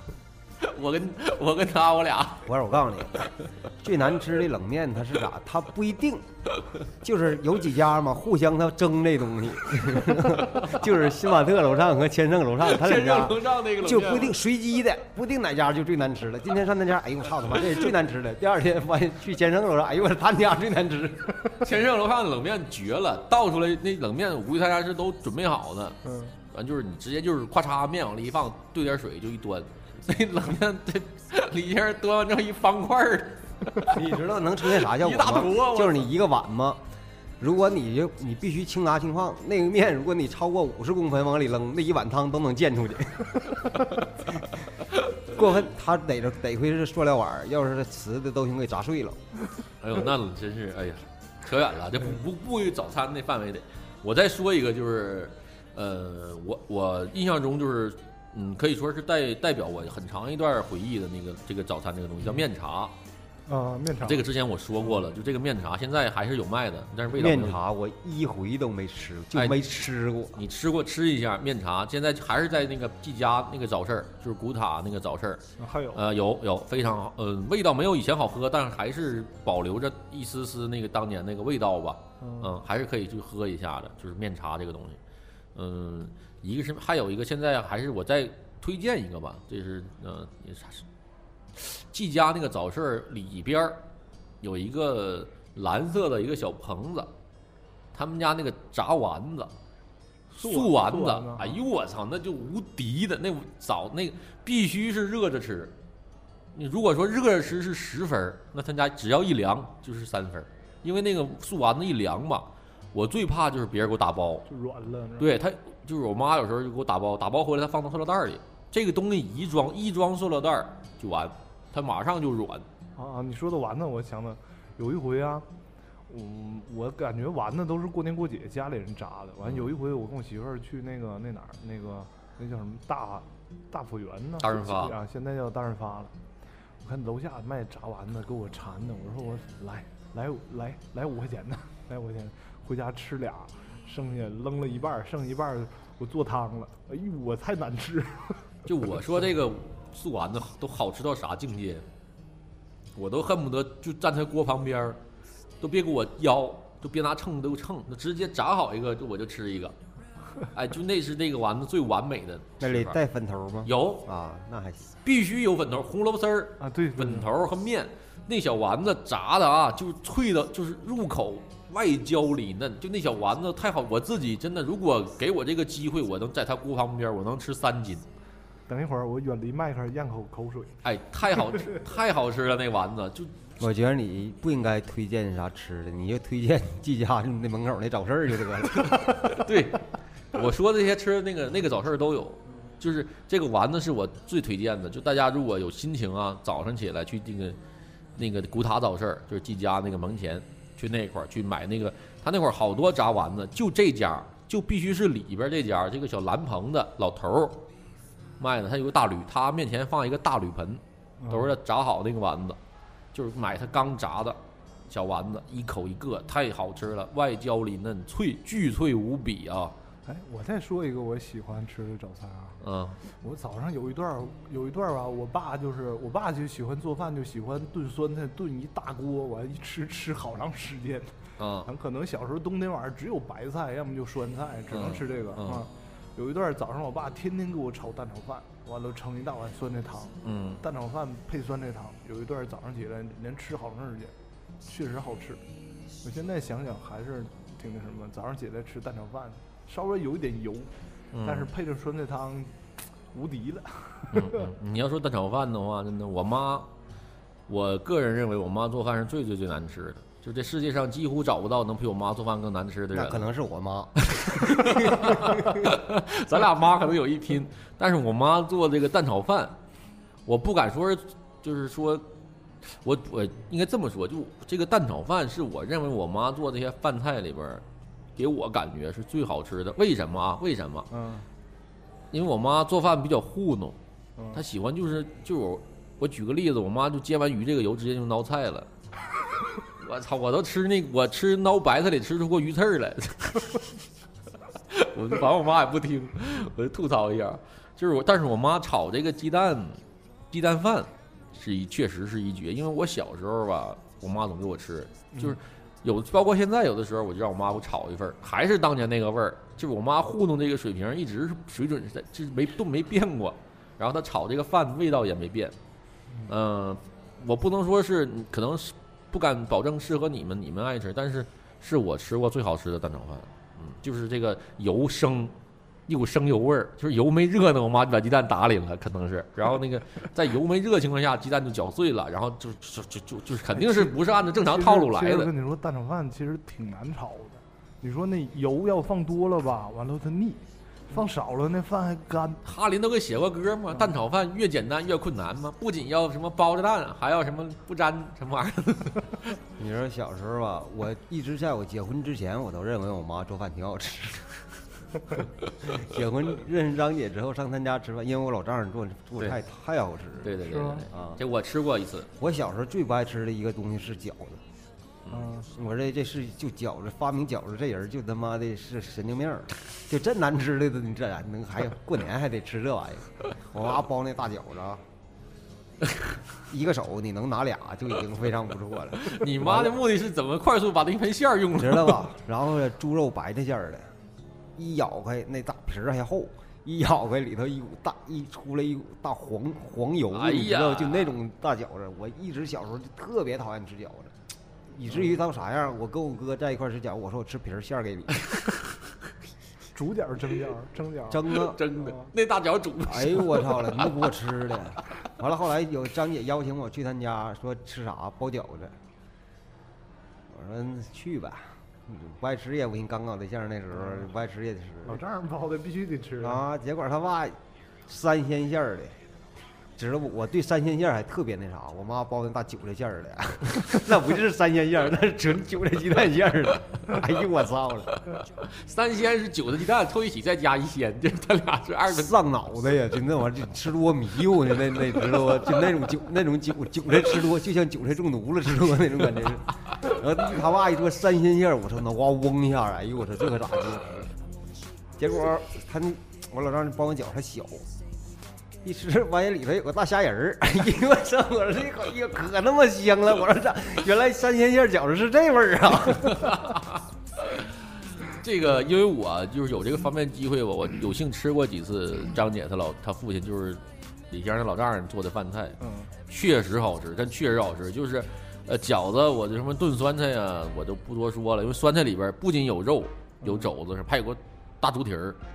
[SPEAKER 1] 我跟我跟他我俩
[SPEAKER 3] 不是，我告诉你，最难吃的冷面它是啥？它不一定，就是有几家嘛，互相它争这东西， 就是新玛特楼上和千盛楼上，他
[SPEAKER 1] 天
[SPEAKER 3] 两
[SPEAKER 1] 热
[SPEAKER 3] 家
[SPEAKER 1] 膨胀那个冷面
[SPEAKER 3] 就不一定随机的，不一定哪家就最难吃了。今天上那家，哎呦我操他妈，这是最难吃的。第二天发现去千盛楼上，哎呦我他家最 难吃。
[SPEAKER 1] 千盛楼上的冷面绝了，倒出来那冷面，我估计他家是都准备好的。
[SPEAKER 2] 嗯，
[SPEAKER 1] 完就是你直接就是咔嚓面往里一放，兑点水就一端，那冷面这里边端完之后一方块儿，
[SPEAKER 3] 你知道能出现啥效果
[SPEAKER 1] 一大坨啊
[SPEAKER 3] 吗
[SPEAKER 1] 我？
[SPEAKER 3] 就是你一个碗嘛，如果你就你必须轻拿轻放，那个面如果你超过五十公分往里扔，那一碗汤都能溅出去。 过分，他逮着得亏是塑料碗儿，要是瓷的都行给砸碎了。
[SPEAKER 1] 哎呦那真是哎呀，扯远了，这不不不与早餐那范围内。我再说一个就是，呃，我我印象中就是，嗯，可以说是代代表我很长一段回忆的那个这个早餐这个东西叫面茶，
[SPEAKER 2] 啊，面条
[SPEAKER 1] 这个之前我说过了，就这个面茶现在还是有卖的，但是味道没有
[SPEAKER 3] 面茶我一回都没吃，就
[SPEAKER 1] 哎
[SPEAKER 3] 没吃过。
[SPEAKER 1] 你吃过吃一下面茶，现在还是在那个季家那个早市儿，就是古塔那个早市儿，
[SPEAKER 2] 还有
[SPEAKER 1] 呃，有有非常好，呃，味道没有以前好喝，但是还是保留着一丝丝那个当年那个味道吧，
[SPEAKER 2] 嗯
[SPEAKER 1] 嗯，还是可以去喝一下的，就是面茶这个东西，嗯，一个是还有一个现在还是我再推荐一个吧，这是呃也是季家那个早市儿里边儿有一个蓝色的一个小棚子，他们家那个炸丸子。
[SPEAKER 2] 素
[SPEAKER 1] 素
[SPEAKER 2] 丸
[SPEAKER 1] 丸
[SPEAKER 2] 素
[SPEAKER 1] 子
[SPEAKER 2] 丸子，
[SPEAKER 1] 哎呦我操，那就无敌的，那早那个必须是热着吃。你如果说热着吃是十分儿，那他家只要一凉就是三分儿，因为那个素丸子一凉吧，我最怕就是别人给我打包，
[SPEAKER 2] 就软了，是吧，
[SPEAKER 1] 对他就是我妈有时候就给我打包，打包回来她放到塑料袋儿里，这个东西一装一装塑料袋儿就完，它马上就软。
[SPEAKER 2] 啊，你说的丸子，我想的有一回啊，嗯，我感觉丸子都是过年过节家里人炸的。完
[SPEAKER 1] 嗯
[SPEAKER 2] 有一回我跟我媳妇儿去那个那哪儿那个那叫什么大大福园呢？
[SPEAKER 1] 大润发
[SPEAKER 2] 啊，现在叫大润发了。看楼下卖炸丸子，给我馋的，我说我来来来来五块钱的， 来五块钱，回家吃俩，剩下扔了一半儿，剩一半儿我做汤了，哎呦，我太难吃，
[SPEAKER 1] 就我说这个素丸子都好吃到啥境界，我都恨不得就站在锅旁边儿，都别给我舀，就别拿秤都秤，那直接炸好一个就我就吃一个。哎，就那是那个丸子最完美的
[SPEAKER 3] 那里
[SPEAKER 1] 吃法
[SPEAKER 3] 带粉头吗？
[SPEAKER 1] 有
[SPEAKER 3] 啊，那还行。
[SPEAKER 1] 必须有粉头，红萝卜丝儿、
[SPEAKER 2] 啊，对，
[SPEAKER 1] 粉头和面，那小丸子炸的啊，就脆的，就是入口外焦里嫩，就那小丸子太好。我自己真的，如果给我这个机会，我能在它锅旁边，我能吃三斤。
[SPEAKER 2] 等一会儿我远离麦克咽口口水，
[SPEAKER 1] 哎，太好吃，太好吃了那丸子，就
[SPEAKER 3] 我觉得你不应该推荐啥吃的，你就推荐季家那门口那早市儿就得了。
[SPEAKER 1] 对，我说这些吃那个那个早市儿都有，就是这个丸子是我最推荐的。就大家如果有心情啊，早上起来去那个那个古塔早市儿，就是季家那个门前，去那块儿去买那个，他那块儿好多炸丸子，就这家儿就必须是里边儿这家儿这个小蓝棚的老头儿卖的，他有个大铝，他面前放一个大铝盆，
[SPEAKER 3] 嗯
[SPEAKER 2] 嗯
[SPEAKER 1] 都是炸好那个丸子，就是买他刚炸的小丸子，一口一个，太好吃了，外焦里嫩，脆巨脆无比啊！
[SPEAKER 2] 哎，我再说一个我喜欢吃的早餐啊，
[SPEAKER 1] 嗯，
[SPEAKER 2] 我早上有一段儿有一段儿吧，我爸就是我爸就喜欢做饭，就喜欢炖酸菜，炖一大锅，完一吃吃好长时间。
[SPEAKER 1] 啊
[SPEAKER 2] 咱可能小时候冬天晚上只有白菜，要么就酸菜，只能吃这个、
[SPEAKER 1] 嗯嗯
[SPEAKER 2] 啊。有一段儿早上，我爸天天给我炒蛋炒饭，完了盛一大碗酸菜汤，
[SPEAKER 1] 嗯，
[SPEAKER 2] 蛋炒饭配酸菜汤。有一段儿早上起来连吃好长时间，确实好吃。我现在想想还是挺那什么，早上起来吃蛋炒饭，稍微有一点油，
[SPEAKER 1] 嗯
[SPEAKER 2] 但是配着酸菜汤，无敌了。
[SPEAKER 1] 嗯嗯 你要说蛋炒饭的话，真的，我妈，我个人认为我妈做饭是最最最难吃的，就这世界上几乎找不到能比我妈做饭更难吃的人
[SPEAKER 3] 那
[SPEAKER 1] 了。
[SPEAKER 3] 可能是我妈，
[SPEAKER 1] 咱俩妈可能有一拼，但是我妈做这个蛋炒饭，我不敢说是，就是说，我我应该这么说，就这个蛋炒饭是我认为我妈做这些饭菜里边儿，给我感觉是最好吃的。为什么啊？为什么？
[SPEAKER 2] 嗯，
[SPEAKER 1] 因为我妈做饭比较糊弄，
[SPEAKER 2] 嗯
[SPEAKER 1] 她喜欢就是就我我举个例子，我妈就煎完鱼这个油直接就捞菜了。我操！我都吃那我吃捞白菜里吃出过鱼刺儿来，我就反正我妈也不听，我就吐槽一下。就是我，但是我妈炒这个鸡蛋鸡蛋饭是一确实是一绝，因为我小时候吧，我妈总给我吃，就是有包括现在有的时候，我就让我妈给我炒一份儿，还是当年那个味儿，就是我妈糊弄这个水平一直是水准是在，就是没都没变过，然后她炒这个饭味道也没变，嗯、我不能说是可能是不敢保证适合你们，你们爱吃，但是是我吃过最好吃的蛋炒饭，嗯，就是这个油生。一股生油味儿，就是油没热呢，我妈就把鸡蛋打里了，可能是。然后那个在油没热的情况下，鸡蛋就搅碎了，然后就就就就就是肯定是不是按照正常
[SPEAKER 2] 其实
[SPEAKER 1] 套路来
[SPEAKER 2] 其实
[SPEAKER 1] 的
[SPEAKER 2] 我。跟你说，蛋炒饭其实挺难炒的。你说那油要放多了吧，完了它腻；放少了那饭还干。
[SPEAKER 1] 哈林都给写过歌吗？蛋炒饭越简单越困难吗？不仅要什么包着蛋，啊还要什么不粘什么玩意儿？
[SPEAKER 3] 你说小时候吧，我一直在我结婚之前，我都认为我妈做饭挺好吃。 结婚认识张姐之后，上她家吃饭，因为我老丈人做做菜太好吃了。
[SPEAKER 1] 对对对
[SPEAKER 2] 是
[SPEAKER 1] 对
[SPEAKER 2] 吗
[SPEAKER 1] 对，
[SPEAKER 3] 啊，
[SPEAKER 1] 这我吃过一次，
[SPEAKER 3] 我小时候最不爱吃的一个东西是饺子。
[SPEAKER 2] 嗯，
[SPEAKER 3] 我这这是就饺子发明饺子这人就他妈的是神经病儿，就这难吃的都你这能还过年还得吃这玩意儿？我妈包那大饺子啊， 一个手你能拿俩就已经非常不错了。
[SPEAKER 1] 你妈的目的是怎么快速把那一盆馅儿用
[SPEAKER 3] 知
[SPEAKER 1] 了？
[SPEAKER 3] 道吧？然后猪肉白菜馅儿的，一咬开那大皮儿还厚，一咬开里头一股大一出来一股大黄黄油，
[SPEAKER 1] 哎呀
[SPEAKER 3] 你知道就那种大饺子。我一直小时候就特别讨厌吃饺子，以至于到啥样，我跟我哥在一块儿吃饺子，我说我吃皮儿馅儿给你
[SPEAKER 2] 煮点儿蒸点儿，蒸点儿。
[SPEAKER 3] 蒸啊。
[SPEAKER 1] 真的，那大脚煮
[SPEAKER 3] 哎呦我操了，你都给我吃的。完了后来有张姐邀请我去她家，说吃啥包饺子。我说嗯去吧，嗯不爱吃也不行，刚搞对象那时候不爱吃也得吃。啊
[SPEAKER 2] 老丈人包的必须得吃。
[SPEAKER 3] 啊，结果他爸三鲜馅儿的，知道我我对三鲜馅儿还特别那啥，我妈包那大韭菜馅儿的， 那不就是三鲜馅儿，那是纯韭菜鸡蛋馅儿的。 哎呦我操了，
[SPEAKER 1] 三鲜是韭菜鸡蛋凑一起再加一鲜， 就是他俩是二分。
[SPEAKER 3] 上脑袋呀！就那玩意儿，就吃多迷糊呢，那那知道吧？就那种韭那种韭韭菜吃多，就像韭菜中毒了吃多那种感觉是。然后他爸一说三鲜馅儿，我操，脑瓜嗡一下儿，哎呦我操，这可咋整？结果他那我老丈人包完饺子还小，一吃发现里头有个大虾仁儿，哎呦我操！我说这口一可那么香了，我说这原来三鲜馅儿饺子是这味儿啊！
[SPEAKER 1] 这个，因为我就是有这个方面机会，我我有幸吃过几次张姐她老她父亲就是李先生老丈人做的饭菜，
[SPEAKER 4] 嗯，
[SPEAKER 1] 确实好吃，但确实好吃。就是，呃，饺子我就什么炖酸菜呀、我就不多说了，因为酸菜里边不仅有肉，有肘子，还有个大猪蹄儿，
[SPEAKER 4] 嗯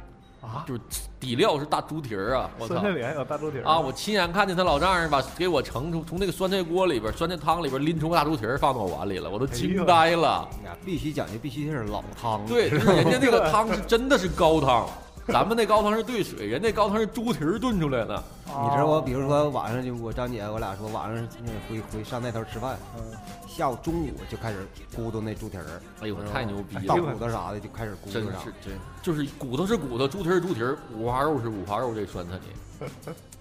[SPEAKER 4] 啊，
[SPEAKER 1] 就是底料是大猪蹄儿啊！我
[SPEAKER 4] 酸
[SPEAKER 1] 操
[SPEAKER 4] 菜！里还有大猪蹄儿
[SPEAKER 1] 啊！我亲眼看见他老丈人把给我盛出从那个酸菜锅里边、酸菜汤里边拎出个大猪蹄儿放到我碗里了，我都惊呆了。
[SPEAKER 3] 呀，必须讲究，必须是老
[SPEAKER 4] 哎
[SPEAKER 3] 汤。
[SPEAKER 1] 对，就是人家那个汤是真的是高汤，咱们那高汤是兑水，人那高汤是猪蹄儿炖出来的。
[SPEAKER 3] 你知道
[SPEAKER 4] 哦
[SPEAKER 3] 我，比如说晚上就我张姐我俩说晚上那回回上那头吃饭，
[SPEAKER 2] 啊
[SPEAKER 4] 嗯，
[SPEAKER 3] 下午中午就开始咕嘟那猪蹄儿，
[SPEAKER 1] 哎呦，太牛逼
[SPEAKER 3] 大
[SPEAKER 1] 了！
[SPEAKER 3] 骨头啥的就开始咕
[SPEAKER 1] 真
[SPEAKER 3] 嘟
[SPEAKER 1] 是
[SPEAKER 3] 啥。
[SPEAKER 1] 真就是骨头是骨头，猪蹄儿是猪蹄儿，五花肉是五花肉，这酸菜里。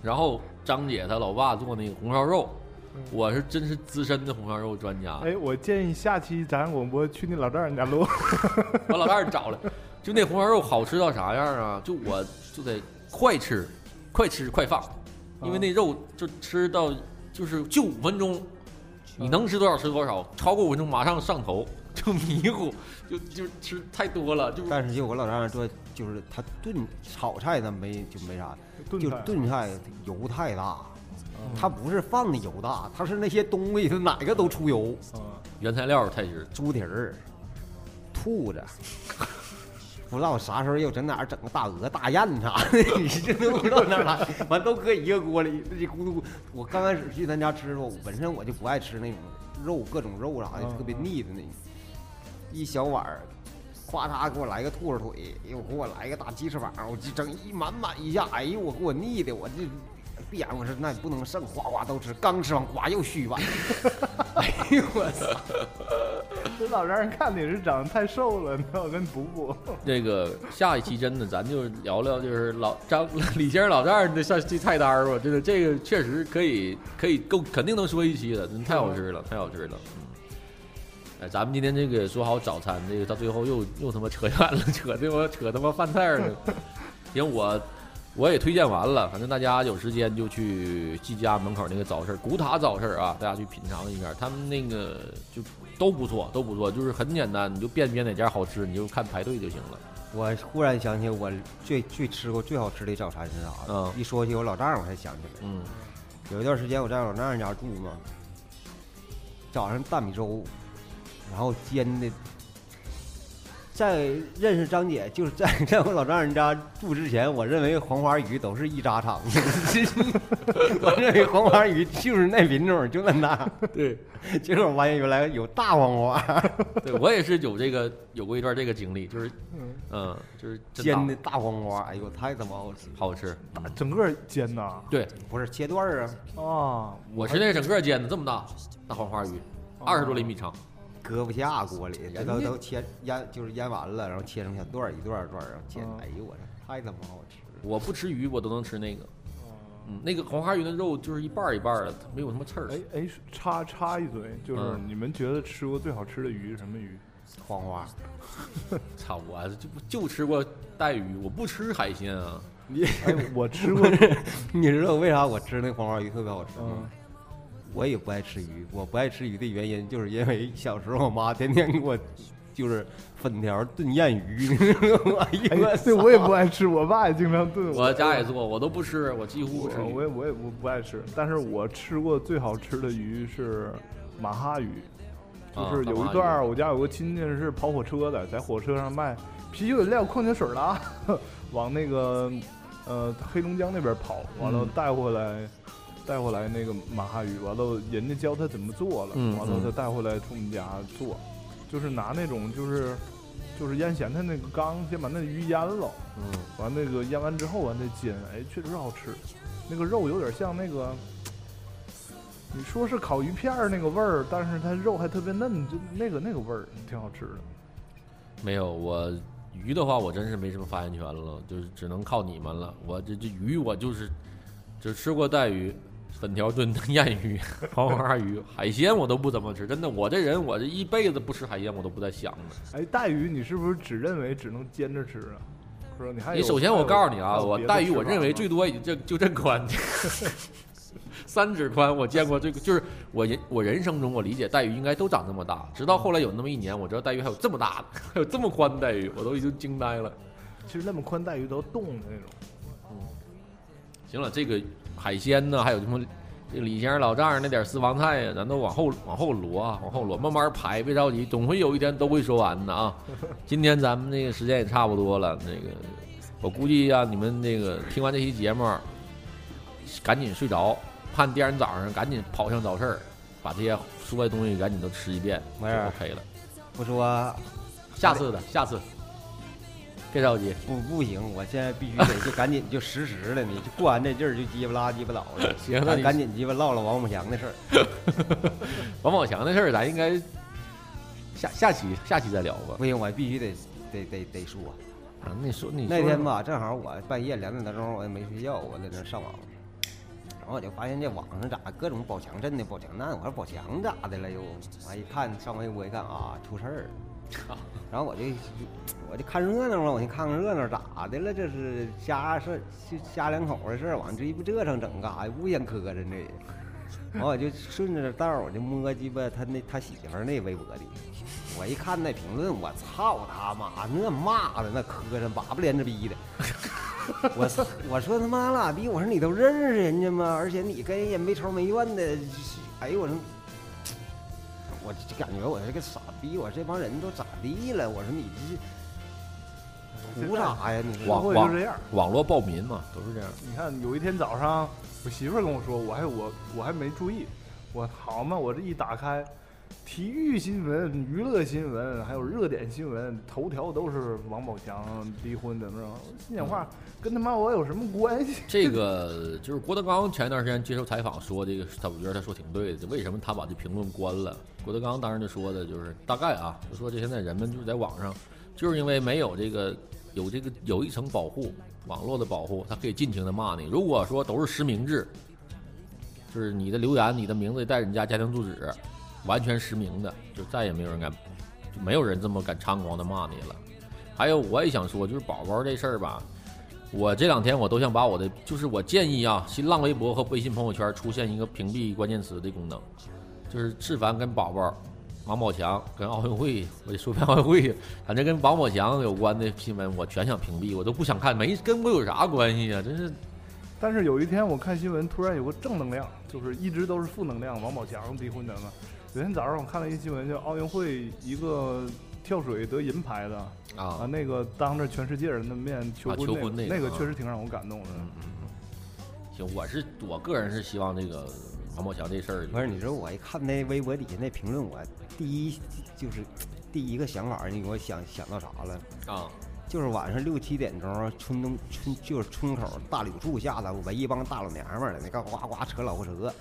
[SPEAKER 1] 然后张姐她老爸做那个红烧肉，我是真是资深的红烧肉专家。
[SPEAKER 4] 哎，我建议下期咱广播去那老丈人家录，
[SPEAKER 1] 把老伴儿找来，就那红烧肉好吃到啥样啊？就我就得快吃，快吃快放，因为那肉就吃到就是就五分钟，你能吃多少吃多少，超过五分钟马上上头，就迷糊，就就吃太多了，就
[SPEAKER 3] 但是就我老丈人说，就是他炖炒菜那没就没啥，
[SPEAKER 4] 炖
[SPEAKER 3] 就
[SPEAKER 4] 菜嗯
[SPEAKER 3] 炖菜油太大，他不是饭的油大，他是那些东西他哪个都出油，
[SPEAKER 4] 嗯，
[SPEAKER 1] 原材料太实。
[SPEAKER 3] 猪蹄儿、兔子。不知道啥时候又整哪儿整个大鹅、大雁啥的，你这都不知道哪儿来，完都搁一个锅里，这咕嘟咕。我刚开始去他家吃，我本身我就不爱吃那种肉，各种肉啥的，
[SPEAKER 4] 嗯
[SPEAKER 3] 特别腻的那种。一小碗儿，咵嚓给我来个兔子腿，又给我来个大鸡翅膀，我就整一满满一下，哎呦我给我腻的，我这闭眼我说那也不能剩，哗哗都吃，刚吃完呱又续一碗，哎呦我操！
[SPEAKER 4] 这老丈人看你是长得太瘦了，你让我给你补补。
[SPEAKER 1] 这个下一期真的，咱就聊聊就是老张李先生老丈人的上期菜单儿吧，真的这个确实可以可以够肯定能说一期的，真太好吃了，太好吃了。嗯，哎，咱们今天这个说好早餐，这个到最后又又他妈扯远了，扯他妈扯他妈饭菜儿了。行，我我也推荐完了，反正大家有时间就去季家门口那个早市儿古塔早市儿啊，大家去品尝一下，他们那个就都不错，都不错，就是很简单，你就辨别哪家好吃，你就看排队就行了。
[SPEAKER 3] 我忽然想起我最最吃过最好吃的早餐是啥了。
[SPEAKER 1] 嗯
[SPEAKER 3] 啊一说起我老丈人，我才想起来，
[SPEAKER 1] 嗯
[SPEAKER 3] 有一段时间我在老丈人家住嘛，早上大米粥，然后煎的。在认识张姐，就是在在我老丈人家住之前，我认为黄花鱼都是一 扎厂的， 我认为黄花鱼就是那品种，就那大。对，结果我发现原来有大黄花，，
[SPEAKER 1] 对我也是有这个有过一段这个经历，就是
[SPEAKER 4] 嗯，
[SPEAKER 1] 嗯，就是真
[SPEAKER 3] 煎
[SPEAKER 1] 大
[SPEAKER 3] 的大黄花，哎呦，太他妈好吃！
[SPEAKER 1] 好吃。
[SPEAKER 4] 大整个煎呐，
[SPEAKER 1] 对，
[SPEAKER 3] 不是切段儿啊，
[SPEAKER 4] 啊，
[SPEAKER 1] 我是那整个煎的这么大大黄花鱼，二十多厘米长。
[SPEAKER 3] 搁不下锅里，这都
[SPEAKER 1] 人家
[SPEAKER 3] 都切腌，就是腌完了，然后切成小段儿一段儿一段儿，然后切
[SPEAKER 4] 嗯。
[SPEAKER 3] 哎呦我这太他妈好吃了！
[SPEAKER 1] 我不吃鱼，我都能吃那个。嗯，那个黄花鱼的肉就是一半儿一半儿的，它没有什么刺儿
[SPEAKER 4] 哎。哎，插插一嘴，就是
[SPEAKER 1] 嗯
[SPEAKER 4] 你们觉得吃过最好吃的鱼是什么鱼？
[SPEAKER 3] 黄 花，
[SPEAKER 1] 操，我就不就吃过带鱼，我不吃海鲜啊。
[SPEAKER 4] 哎，我吃过，
[SPEAKER 3] 你知道为啥我吃那黄花鱼特别好吃吗
[SPEAKER 4] 嗯？
[SPEAKER 3] 我也不爱吃鱼，我不爱吃鱼的原因就是因为小时候我妈天天给我就是粉条炖燕鱼，你知道吗？哎
[SPEAKER 4] 哎
[SPEAKER 3] 呦我，
[SPEAKER 4] 对，我也不爱吃，我爸也经常炖
[SPEAKER 1] 我家也做，我都不吃，我几乎不吃
[SPEAKER 4] 我我
[SPEAKER 1] 鱼。
[SPEAKER 4] 也我也我不爱吃，但是我吃过最好吃的鱼是马哈鱼，就
[SPEAKER 1] 啊
[SPEAKER 4] 是有一段儿我家有个亲戚是跑火车的，在火车上卖啤酒饮料、矿泉水儿啦，往那个呃黑龙江那边跑，完了
[SPEAKER 1] 嗯
[SPEAKER 4] 带回来。带回来那个马哈鱼，完了人家教他怎么做了，
[SPEAKER 1] 嗯
[SPEAKER 4] 完了
[SPEAKER 1] 嗯
[SPEAKER 4] 他带回来从我们家做，就是拿那种就是就是腌咸菜那个缸，先把那鱼腌了，
[SPEAKER 1] 嗯，
[SPEAKER 2] 啊
[SPEAKER 4] 完那个腌完之后完再煎，哎，确实好吃。
[SPEAKER 2] 那个肉有点像那个，你说是烤鱼片儿那个味儿，但是它肉还特别嫩，就那个那个味儿挺好吃的。
[SPEAKER 1] 没有我鱼的话，我真是没什么发言权了，就是只能靠你们了。我这这鱼，我就是只吃过带鱼、粉条炖的燕鱼、黄花鱼，海鲜我都不怎么吃。真的，我这人我这一辈子不吃海鲜，我都不带想的。
[SPEAKER 2] 哎，带鱼你是不是只认为只能煎着吃啊？是吧？你还
[SPEAKER 1] 你
[SPEAKER 2] 有
[SPEAKER 1] 首先我告诉你啊，我带鱼我认为最
[SPEAKER 2] 最
[SPEAKER 1] 多也就就这宽， 三指宽我见过最就是我人我人生中我理解带鱼应该都长这么大，直到后来有那么一年我知道带鱼还有这么大的，还有这么宽的带鱼，我都已经惊呆了。
[SPEAKER 2] 其实那么宽带鱼都冻的那种。
[SPEAKER 1] 行了，这个海鲜呢，还有什么？这个李先生、老丈人那点私房菜呀，咱都往后往后摞啊，往后摞，慢慢排，别着急，总会有一天都会说完的啊。今天咱们这个时间也差不多了，那个我估计啊，你们那个听完这期节目，赶紧睡着，盼第二天早上赶紧跑向早市儿，把这些说的东西赶紧都吃一遍就
[SPEAKER 3] 没事儿
[SPEAKER 1] OK 了。
[SPEAKER 3] 不说
[SPEAKER 1] 下次的，下次，别着急，
[SPEAKER 3] 不不行，我现在必须得就赶紧就实时了，你就过完这劲儿就鸡巴拉鸡巴倒了，
[SPEAKER 1] 行那
[SPEAKER 3] 咱
[SPEAKER 1] 你
[SPEAKER 3] 赶紧鸡巴唠唠王宝强的事儿。
[SPEAKER 1] 王宝强的事儿，咱应该下下期下期再聊吧。
[SPEAKER 3] 不行，我必须得得得得说。
[SPEAKER 1] 啊，那说你说
[SPEAKER 3] 那天
[SPEAKER 1] 吧。
[SPEAKER 3] 吧，正好我半夜两点多钟，我也没睡觉，我在那上网，然后我就发现这网上咋各种宝强镇的、宝强那的，我说宝强咋的了又？完一看上微博一看啊，出事儿
[SPEAKER 1] 啊
[SPEAKER 3] 了，然后我就我就看热闹了，我就看看热闹咋的了？这是家事儿，就家两口的事儿，往这一不这上整干啥呀？无眼磕碜这也。完我就顺着这道儿，我就摸鸡巴他那他媳妇儿那微博里，我一看那评论，我操他妈，那骂的那磕碜，粑粑连着逼的。我操我说他妈拉逼，我说你都认识人家吗？而且你跟人也没仇没怨的，哎呦我说，我就感觉我是个傻逼，我这帮人都咋地了？我说你这是图啥呀？你
[SPEAKER 2] 网
[SPEAKER 3] 说
[SPEAKER 2] 社会就这样
[SPEAKER 1] 网络暴民嘛，都是这样。
[SPEAKER 2] 你看，有一天早上，我媳妇儿跟我说，我还我我还没注意，我好嘛，我这一打开，体育新闻、娱乐新闻，还有热点新闻，头条都是王宝强离婚怎么着？心里
[SPEAKER 1] 嗯
[SPEAKER 2] 话，跟他妈我有什么关系？
[SPEAKER 1] 这个就是郭德纲前段时间接受采访说这个，他我觉得他说挺对的。为什么他把这评论关了？郭德纲当时就说的就是大概啊，就说这现在人们就是在网上，就是因为没有这个有这个有一层保护，网络的保护，他可以尽情的骂你。如果说都是实名制，就是你的留言、你的名字带着你家家庭住址，完全实名的，就再也没有人敢，就没有人这么敢猖狂的骂你了。还有我也想说，就是宝宝这事儿吧，我这两天我都想把我的，就是我建议啊，新浪微博和微信朋友圈出现一个屏蔽关键词的功能，就是志凡跟宝宝、王宝强跟奥运会，我得说遍奥运会，反正跟王宝强有关的新闻我全想屏蔽，我都不想看，没跟我有啥关系啊，真是
[SPEAKER 2] 但是有一天我看新闻，突然有个正能量，就是一直都是负能量，王宝强离婚的嘛。有天早上我看了一新闻，叫奥运会一个跳水得银牌的啊，
[SPEAKER 1] 啊。
[SPEAKER 2] 那个当着全世界人的面求
[SPEAKER 1] 啊
[SPEAKER 2] 婚、那
[SPEAKER 1] 求婚那个
[SPEAKER 2] 那个
[SPEAKER 1] 啊嗯
[SPEAKER 2] 确实挺让我感动的。
[SPEAKER 1] 行，我是我个人是希望这个王宝强这事儿，
[SPEAKER 3] 不是你说我一看那微博底下那评论，我第一就是第一个想法，你给我想想到啥了？
[SPEAKER 1] 啊，
[SPEAKER 3] 就是晚上六七点钟，村东村就是村口大柳树下头围一帮大老娘们儿，那个呱呱扯老婆车。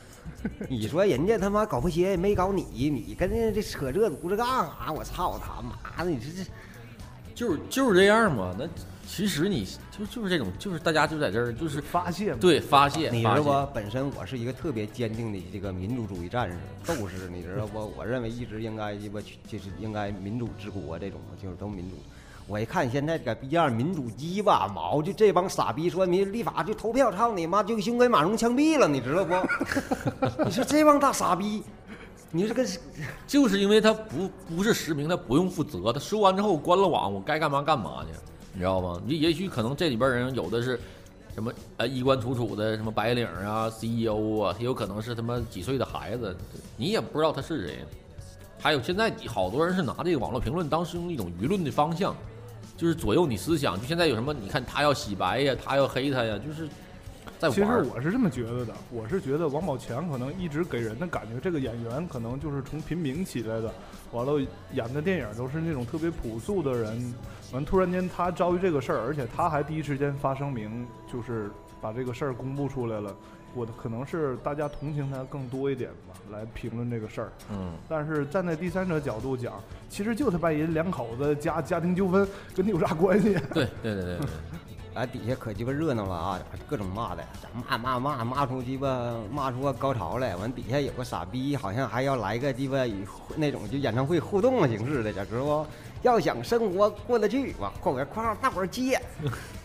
[SPEAKER 3] 你说人家他妈搞破鞋也没搞你，你跟人家这扯这犊子干啥？我操他妈的！你这这
[SPEAKER 1] 就是就是这样嘛。那其实你就就是这种，就是大家就在这儿，就是
[SPEAKER 2] 发泄嘛，
[SPEAKER 1] 对发泄，
[SPEAKER 3] 你
[SPEAKER 1] 发
[SPEAKER 3] 知道
[SPEAKER 1] 泄
[SPEAKER 3] 不？本身我是一个特别坚定的这个民主主义战士、斗士，你知道不？我认为一直应该鸡巴去就是应该民主治国这种，就是都民主。我一看现在这个逼样，民主鸡巴毛，就这帮傻逼说民立法就投票，操你妈，就胸跟马蓉枪毙了，你知道不？你 说这帮大傻逼，你说跟
[SPEAKER 1] 就是因为他不不是实名，他不用负责。他说完之后关了网，我该干嘛干嘛去，你知道吗？你也许可能这里边人有的是什么呃衣冠楚楚的什么白领啊、CEO 啊，也有可能是他妈几岁的孩子，你也不知道他是谁。还有现在好多人是拿这个网络评论当是用一种舆论的方向，就是左右你思想。就现在有什么，你看他要洗白呀，他要黑他呀，就是在
[SPEAKER 2] 其
[SPEAKER 1] 玩
[SPEAKER 2] 实
[SPEAKER 1] 儿。
[SPEAKER 2] 我是这么觉得的，我是觉得王宝强可能一直给人的感觉，这个演员可能就是从平民起来的，完了演的电影都是那种特别朴素的人，完突然间他遭遇这个事儿，而且他还第一时间发声明，就是
[SPEAKER 4] 把这个事儿公布出来了，我的可能是大家同情他更多一点吧，来评论这个事儿。
[SPEAKER 1] 嗯，
[SPEAKER 4] 但是站在第三者角度讲，其实就他妈人两口子家家庭纠纷，跟你有啥关系？
[SPEAKER 1] 对对对对 对，
[SPEAKER 3] 啊，底下可鸡巴热闹了啊，各种骂的，骂骂骂骂出鸡巴骂出个高潮来。完底下有个傻逼，好像还要来个鸡巴与那种就演唱会互动形式的，咋知道不？要想生活过得去，完后边哐大伙儿接。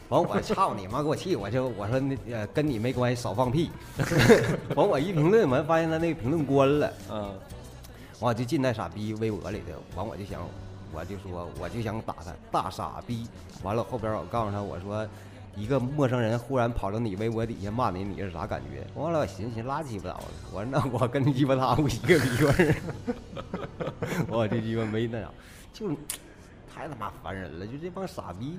[SPEAKER 3] 完我操你妈，给我气！我就我说那呃跟你没关系，少放屁。 完我一评论，完发现他那个评论关了。
[SPEAKER 1] 嗯
[SPEAKER 3] 完我就进那傻逼微博里头，完我就想，我就说我就想打他大傻逼。完了后边我告诉他我说，一个陌生人忽然跑到你微博底下骂你，你是啥感觉？完了我寻思寻思拉鸡巴倒了，我说那我跟鸡巴他不一个逼味儿，我这鸡巴没那啥，就是太他妈烦人了，就这帮傻逼。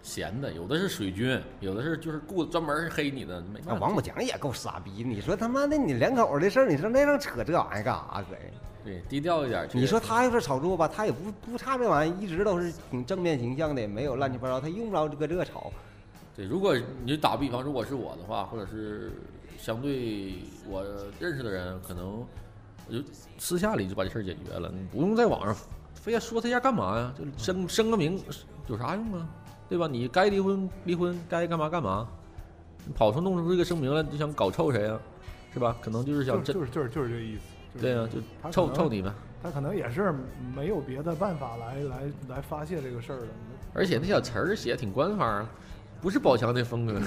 [SPEAKER 1] 闲的，有的是水军，有的是就是雇专门黑你的，没
[SPEAKER 3] 那
[SPEAKER 1] 办法。
[SPEAKER 3] 王宝强也够傻逼，你说他妈的你两口子的事儿，你说那让扯这玩意儿干啥搁呀？
[SPEAKER 1] 对，低调一点。
[SPEAKER 3] 你说他要是炒作吧，他也不不差这玩意儿，一直都是挺正面形象的，没有乱七八糟，他用不着搁这炒。
[SPEAKER 1] 对，如果你打比方，如果是我的话，或者是相对我认识的人，可能我就私下里就把这事儿解决了，你不用在网上非要说他家干嘛呀？就声声个名有啥用啊？对吧？你该离婚离婚，该干嘛干嘛，你跑出弄出一个声明来，你就想搞臭谁呀？是吧？可能就是
[SPEAKER 4] 就
[SPEAKER 1] 想
[SPEAKER 4] 是
[SPEAKER 1] 这，
[SPEAKER 4] 就是就是就是这意思。就是
[SPEAKER 1] 对呀、啊
[SPEAKER 4] 他
[SPEAKER 1] 就
[SPEAKER 4] 可
[SPEAKER 1] 臭
[SPEAKER 4] 能
[SPEAKER 1] 臭你们。
[SPEAKER 4] 他可能也是没有别的办法来来来发泄这个事儿了。
[SPEAKER 1] 而且那小词儿写挺官方，啊不是宝强的 风格。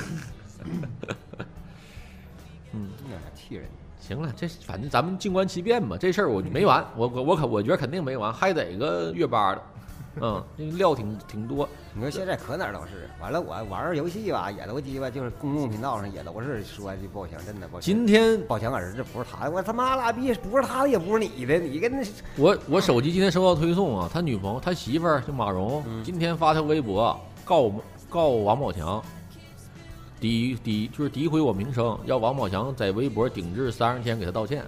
[SPEAKER 3] 那气人！
[SPEAKER 1] 行了，这反正咱们静观其变吧。这事儿我没完，我我我可我觉得肯定没完，还得个月八的，嗯，因为料挺挺多。
[SPEAKER 3] 你说现在可哪儿都是。完了，我玩儿游戏吧，也都鸡巴就是公共频道上也都是说这宝强，真的宝强。
[SPEAKER 1] 今天
[SPEAKER 3] 宝强儿子不是他的，我他妈拉逼，不是他的也不是你的，你跟那
[SPEAKER 1] 我我手机今天收到推送啊，他女朋友他媳妇儿就马蓉，今天发条微博告告王宝强，诋诋就是诋毁我名声，要王宝强在微博顶置三十天给他道歉。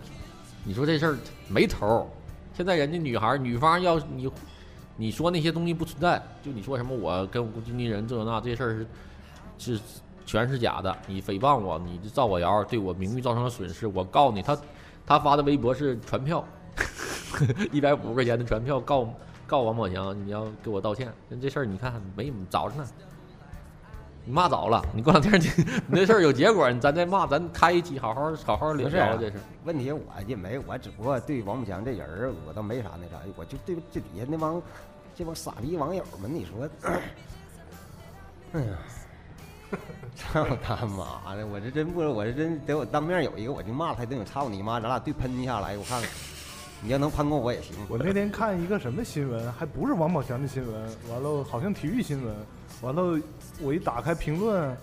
[SPEAKER 1] 你说这事儿没头儿。现在人家女孩儿女方要你，你说那些东西不存在，就你说什么我跟我经纪人这那这些事儿是是全是假的，你诽谤我，你造我谣儿，对我名誉造成了损失，我告你。他他发的微博是传票，一百五十块钱的传票告告王宝强，你要给我道歉。那这事儿你看没早着呢，你骂早了，你过两天你 你这事儿有结果，你咱再骂，咱开一期好好好好聊
[SPEAKER 3] 不是啊
[SPEAKER 1] 聊这事儿。
[SPEAKER 3] 问题我也没，我只不过对王宝强这人儿我倒没啥那啥，我就对这底下那帮这帮傻逼网友们，你说，哎呀，操他妈的！我这真不，我这真得我当面有一个，我就骂他一顿，操你妈！咱俩对喷一下来，我看看，你要能喷过我也行。
[SPEAKER 4] 我那天看一个什么新闻，还不是王宝强的新闻，完了好像体育新闻，完了我一打开评论，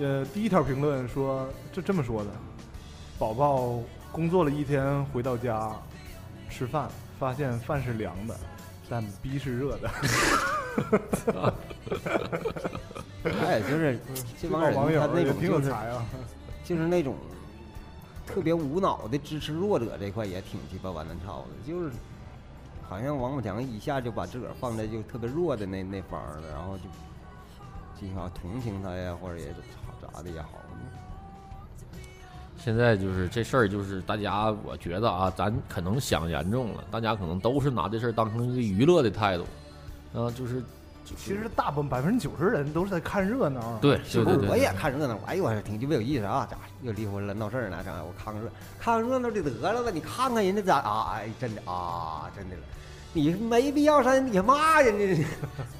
[SPEAKER 4] 呃，第一条评论说这这么说的：宝宝工作了一天回到家，吃饭发现饭是凉的，但逼是热的。
[SPEAKER 3] 哎，就是 这帮人，
[SPEAKER 4] 嗯网
[SPEAKER 3] 他
[SPEAKER 4] 友
[SPEAKER 3] 那
[SPEAKER 4] 也
[SPEAKER 3] 种
[SPEAKER 4] 挺有
[SPEAKER 3] 就是
[SPEAKER 4] 才啊，
[SPEAKER 3] 就是那种特别无脑的支持弱者这块也挺鸡巴完蛋操的，就是好像王宝强一下就把自个儿放在就特别弱的那那方儿了，然后就经常同情他呀，或者也咋咋的也好，
[SPEAKER 1] 现在就是这事儿，就是大家我觉得啊，咱可能想严重了，大家可能都是拿这事儿当成一个娱乐的态度，啊、就是就是
[SPEAKER 4] 其实大部分百分之九十人都是在看热闹啊。
[SPEAKER 1] 对
[SPEAKER 3] 是
[SPEAKER 1] 对对
[SPEAKER 3] 不是？我
[SPEAKER 1] 对，
[SPEAKER 3] 也看热闹，哎呦我说挺鸡巴有意思啊，咋又离婚了闹事儿呢？啥？我看看热看看热闹就得了吧，你看看人家咋啊？哎，真的啊，真的了，你没必要上人家骂人家。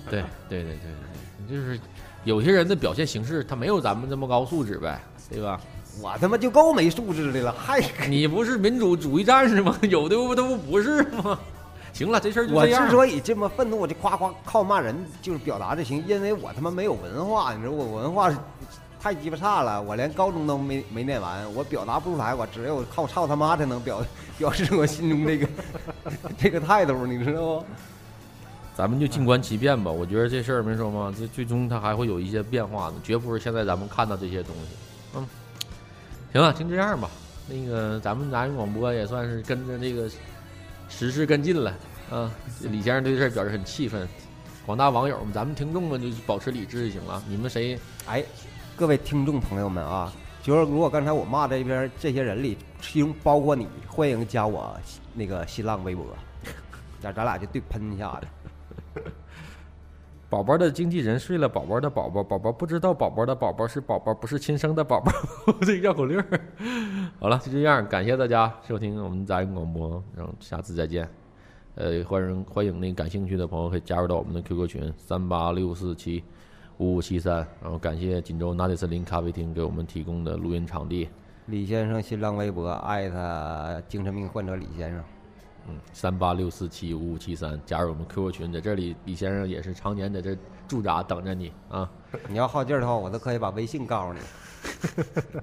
[SPEAKER 1] 对对对对对，就是有些人的表现形式，他没有咱们这么高素质呗，对 吧？
[SPEAKER 3] 我他妈就够没素质的了，还
[SPEAKER 1] 你不是民主主义战士吗？ 有的不都不不是吗？行了，这事儿就
[SPEAKER 3] 我
[SPEAKER 1] 这
[SPEAKER 3] 之
[SPEAKER 1] 样。
[SPEAKER 3] 所以这么愤怒，我就夸夸靠骂人就是表达这行，因为我他妈没有文化，你知道我文化是太鸡巴差了，我连高中都没没念完，我表达不出来，我只有靠操他妈才能表表示我心中这个 这个态度，你知道不？
[SPEAKER 1] 咱们就静观其变吧。我觉得这事儿没说嘛，这最终它还会有一些变化的，绝不是现在咱们看到这些东西。嗯，行了，先这样吧。那个咱们杂音广播也算是跟着这个时事跟进了啊。这李先生对这事儿表示很气愤，广大网友们，咱们听众们就保持理智就行了。你们谁
[SPEAKER 3] 哎，各位听众朋友们啊，就是如果刚才我骂这边这些人里，其中包括你，欢迎加我那个新浪微博，那咱俩就对喷一下子。
[SPEAKER 1] 宝宝的经纪人睡了宝宝的宝宝，宝宝不知道宝宝的宝宝是宝宝，不是亲生的宝宝。 这绕口令儿。好了，就这样，感谢大家收听我们杂音广播，然后下次再见。呃，欢迎欢迎那感兴趣的朋友可以加入到我们的 QQ 群三八六四七五五七三，然后感谢锦州拿铁森林咖啡厅给我们提供的录音场地，
[SPEAKER 3] 李先生新浪微博艾特精神病患者李先生，
[SPEAKER 1] 嗯，三八六四七五五七三，加入我们 QQ 群，在这里李先生也是常年在这驻扎等着你啊。
[SPEAKER 3] 你要好劲儿的话，我都可以把微信告诉你，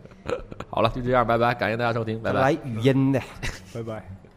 [SPEAKER 1] 好了，就这样，拜拜，感谢大家收听，拜拜。
[SPEAKER 3] 来语音的。
[SPEAKER 4] 拜拜。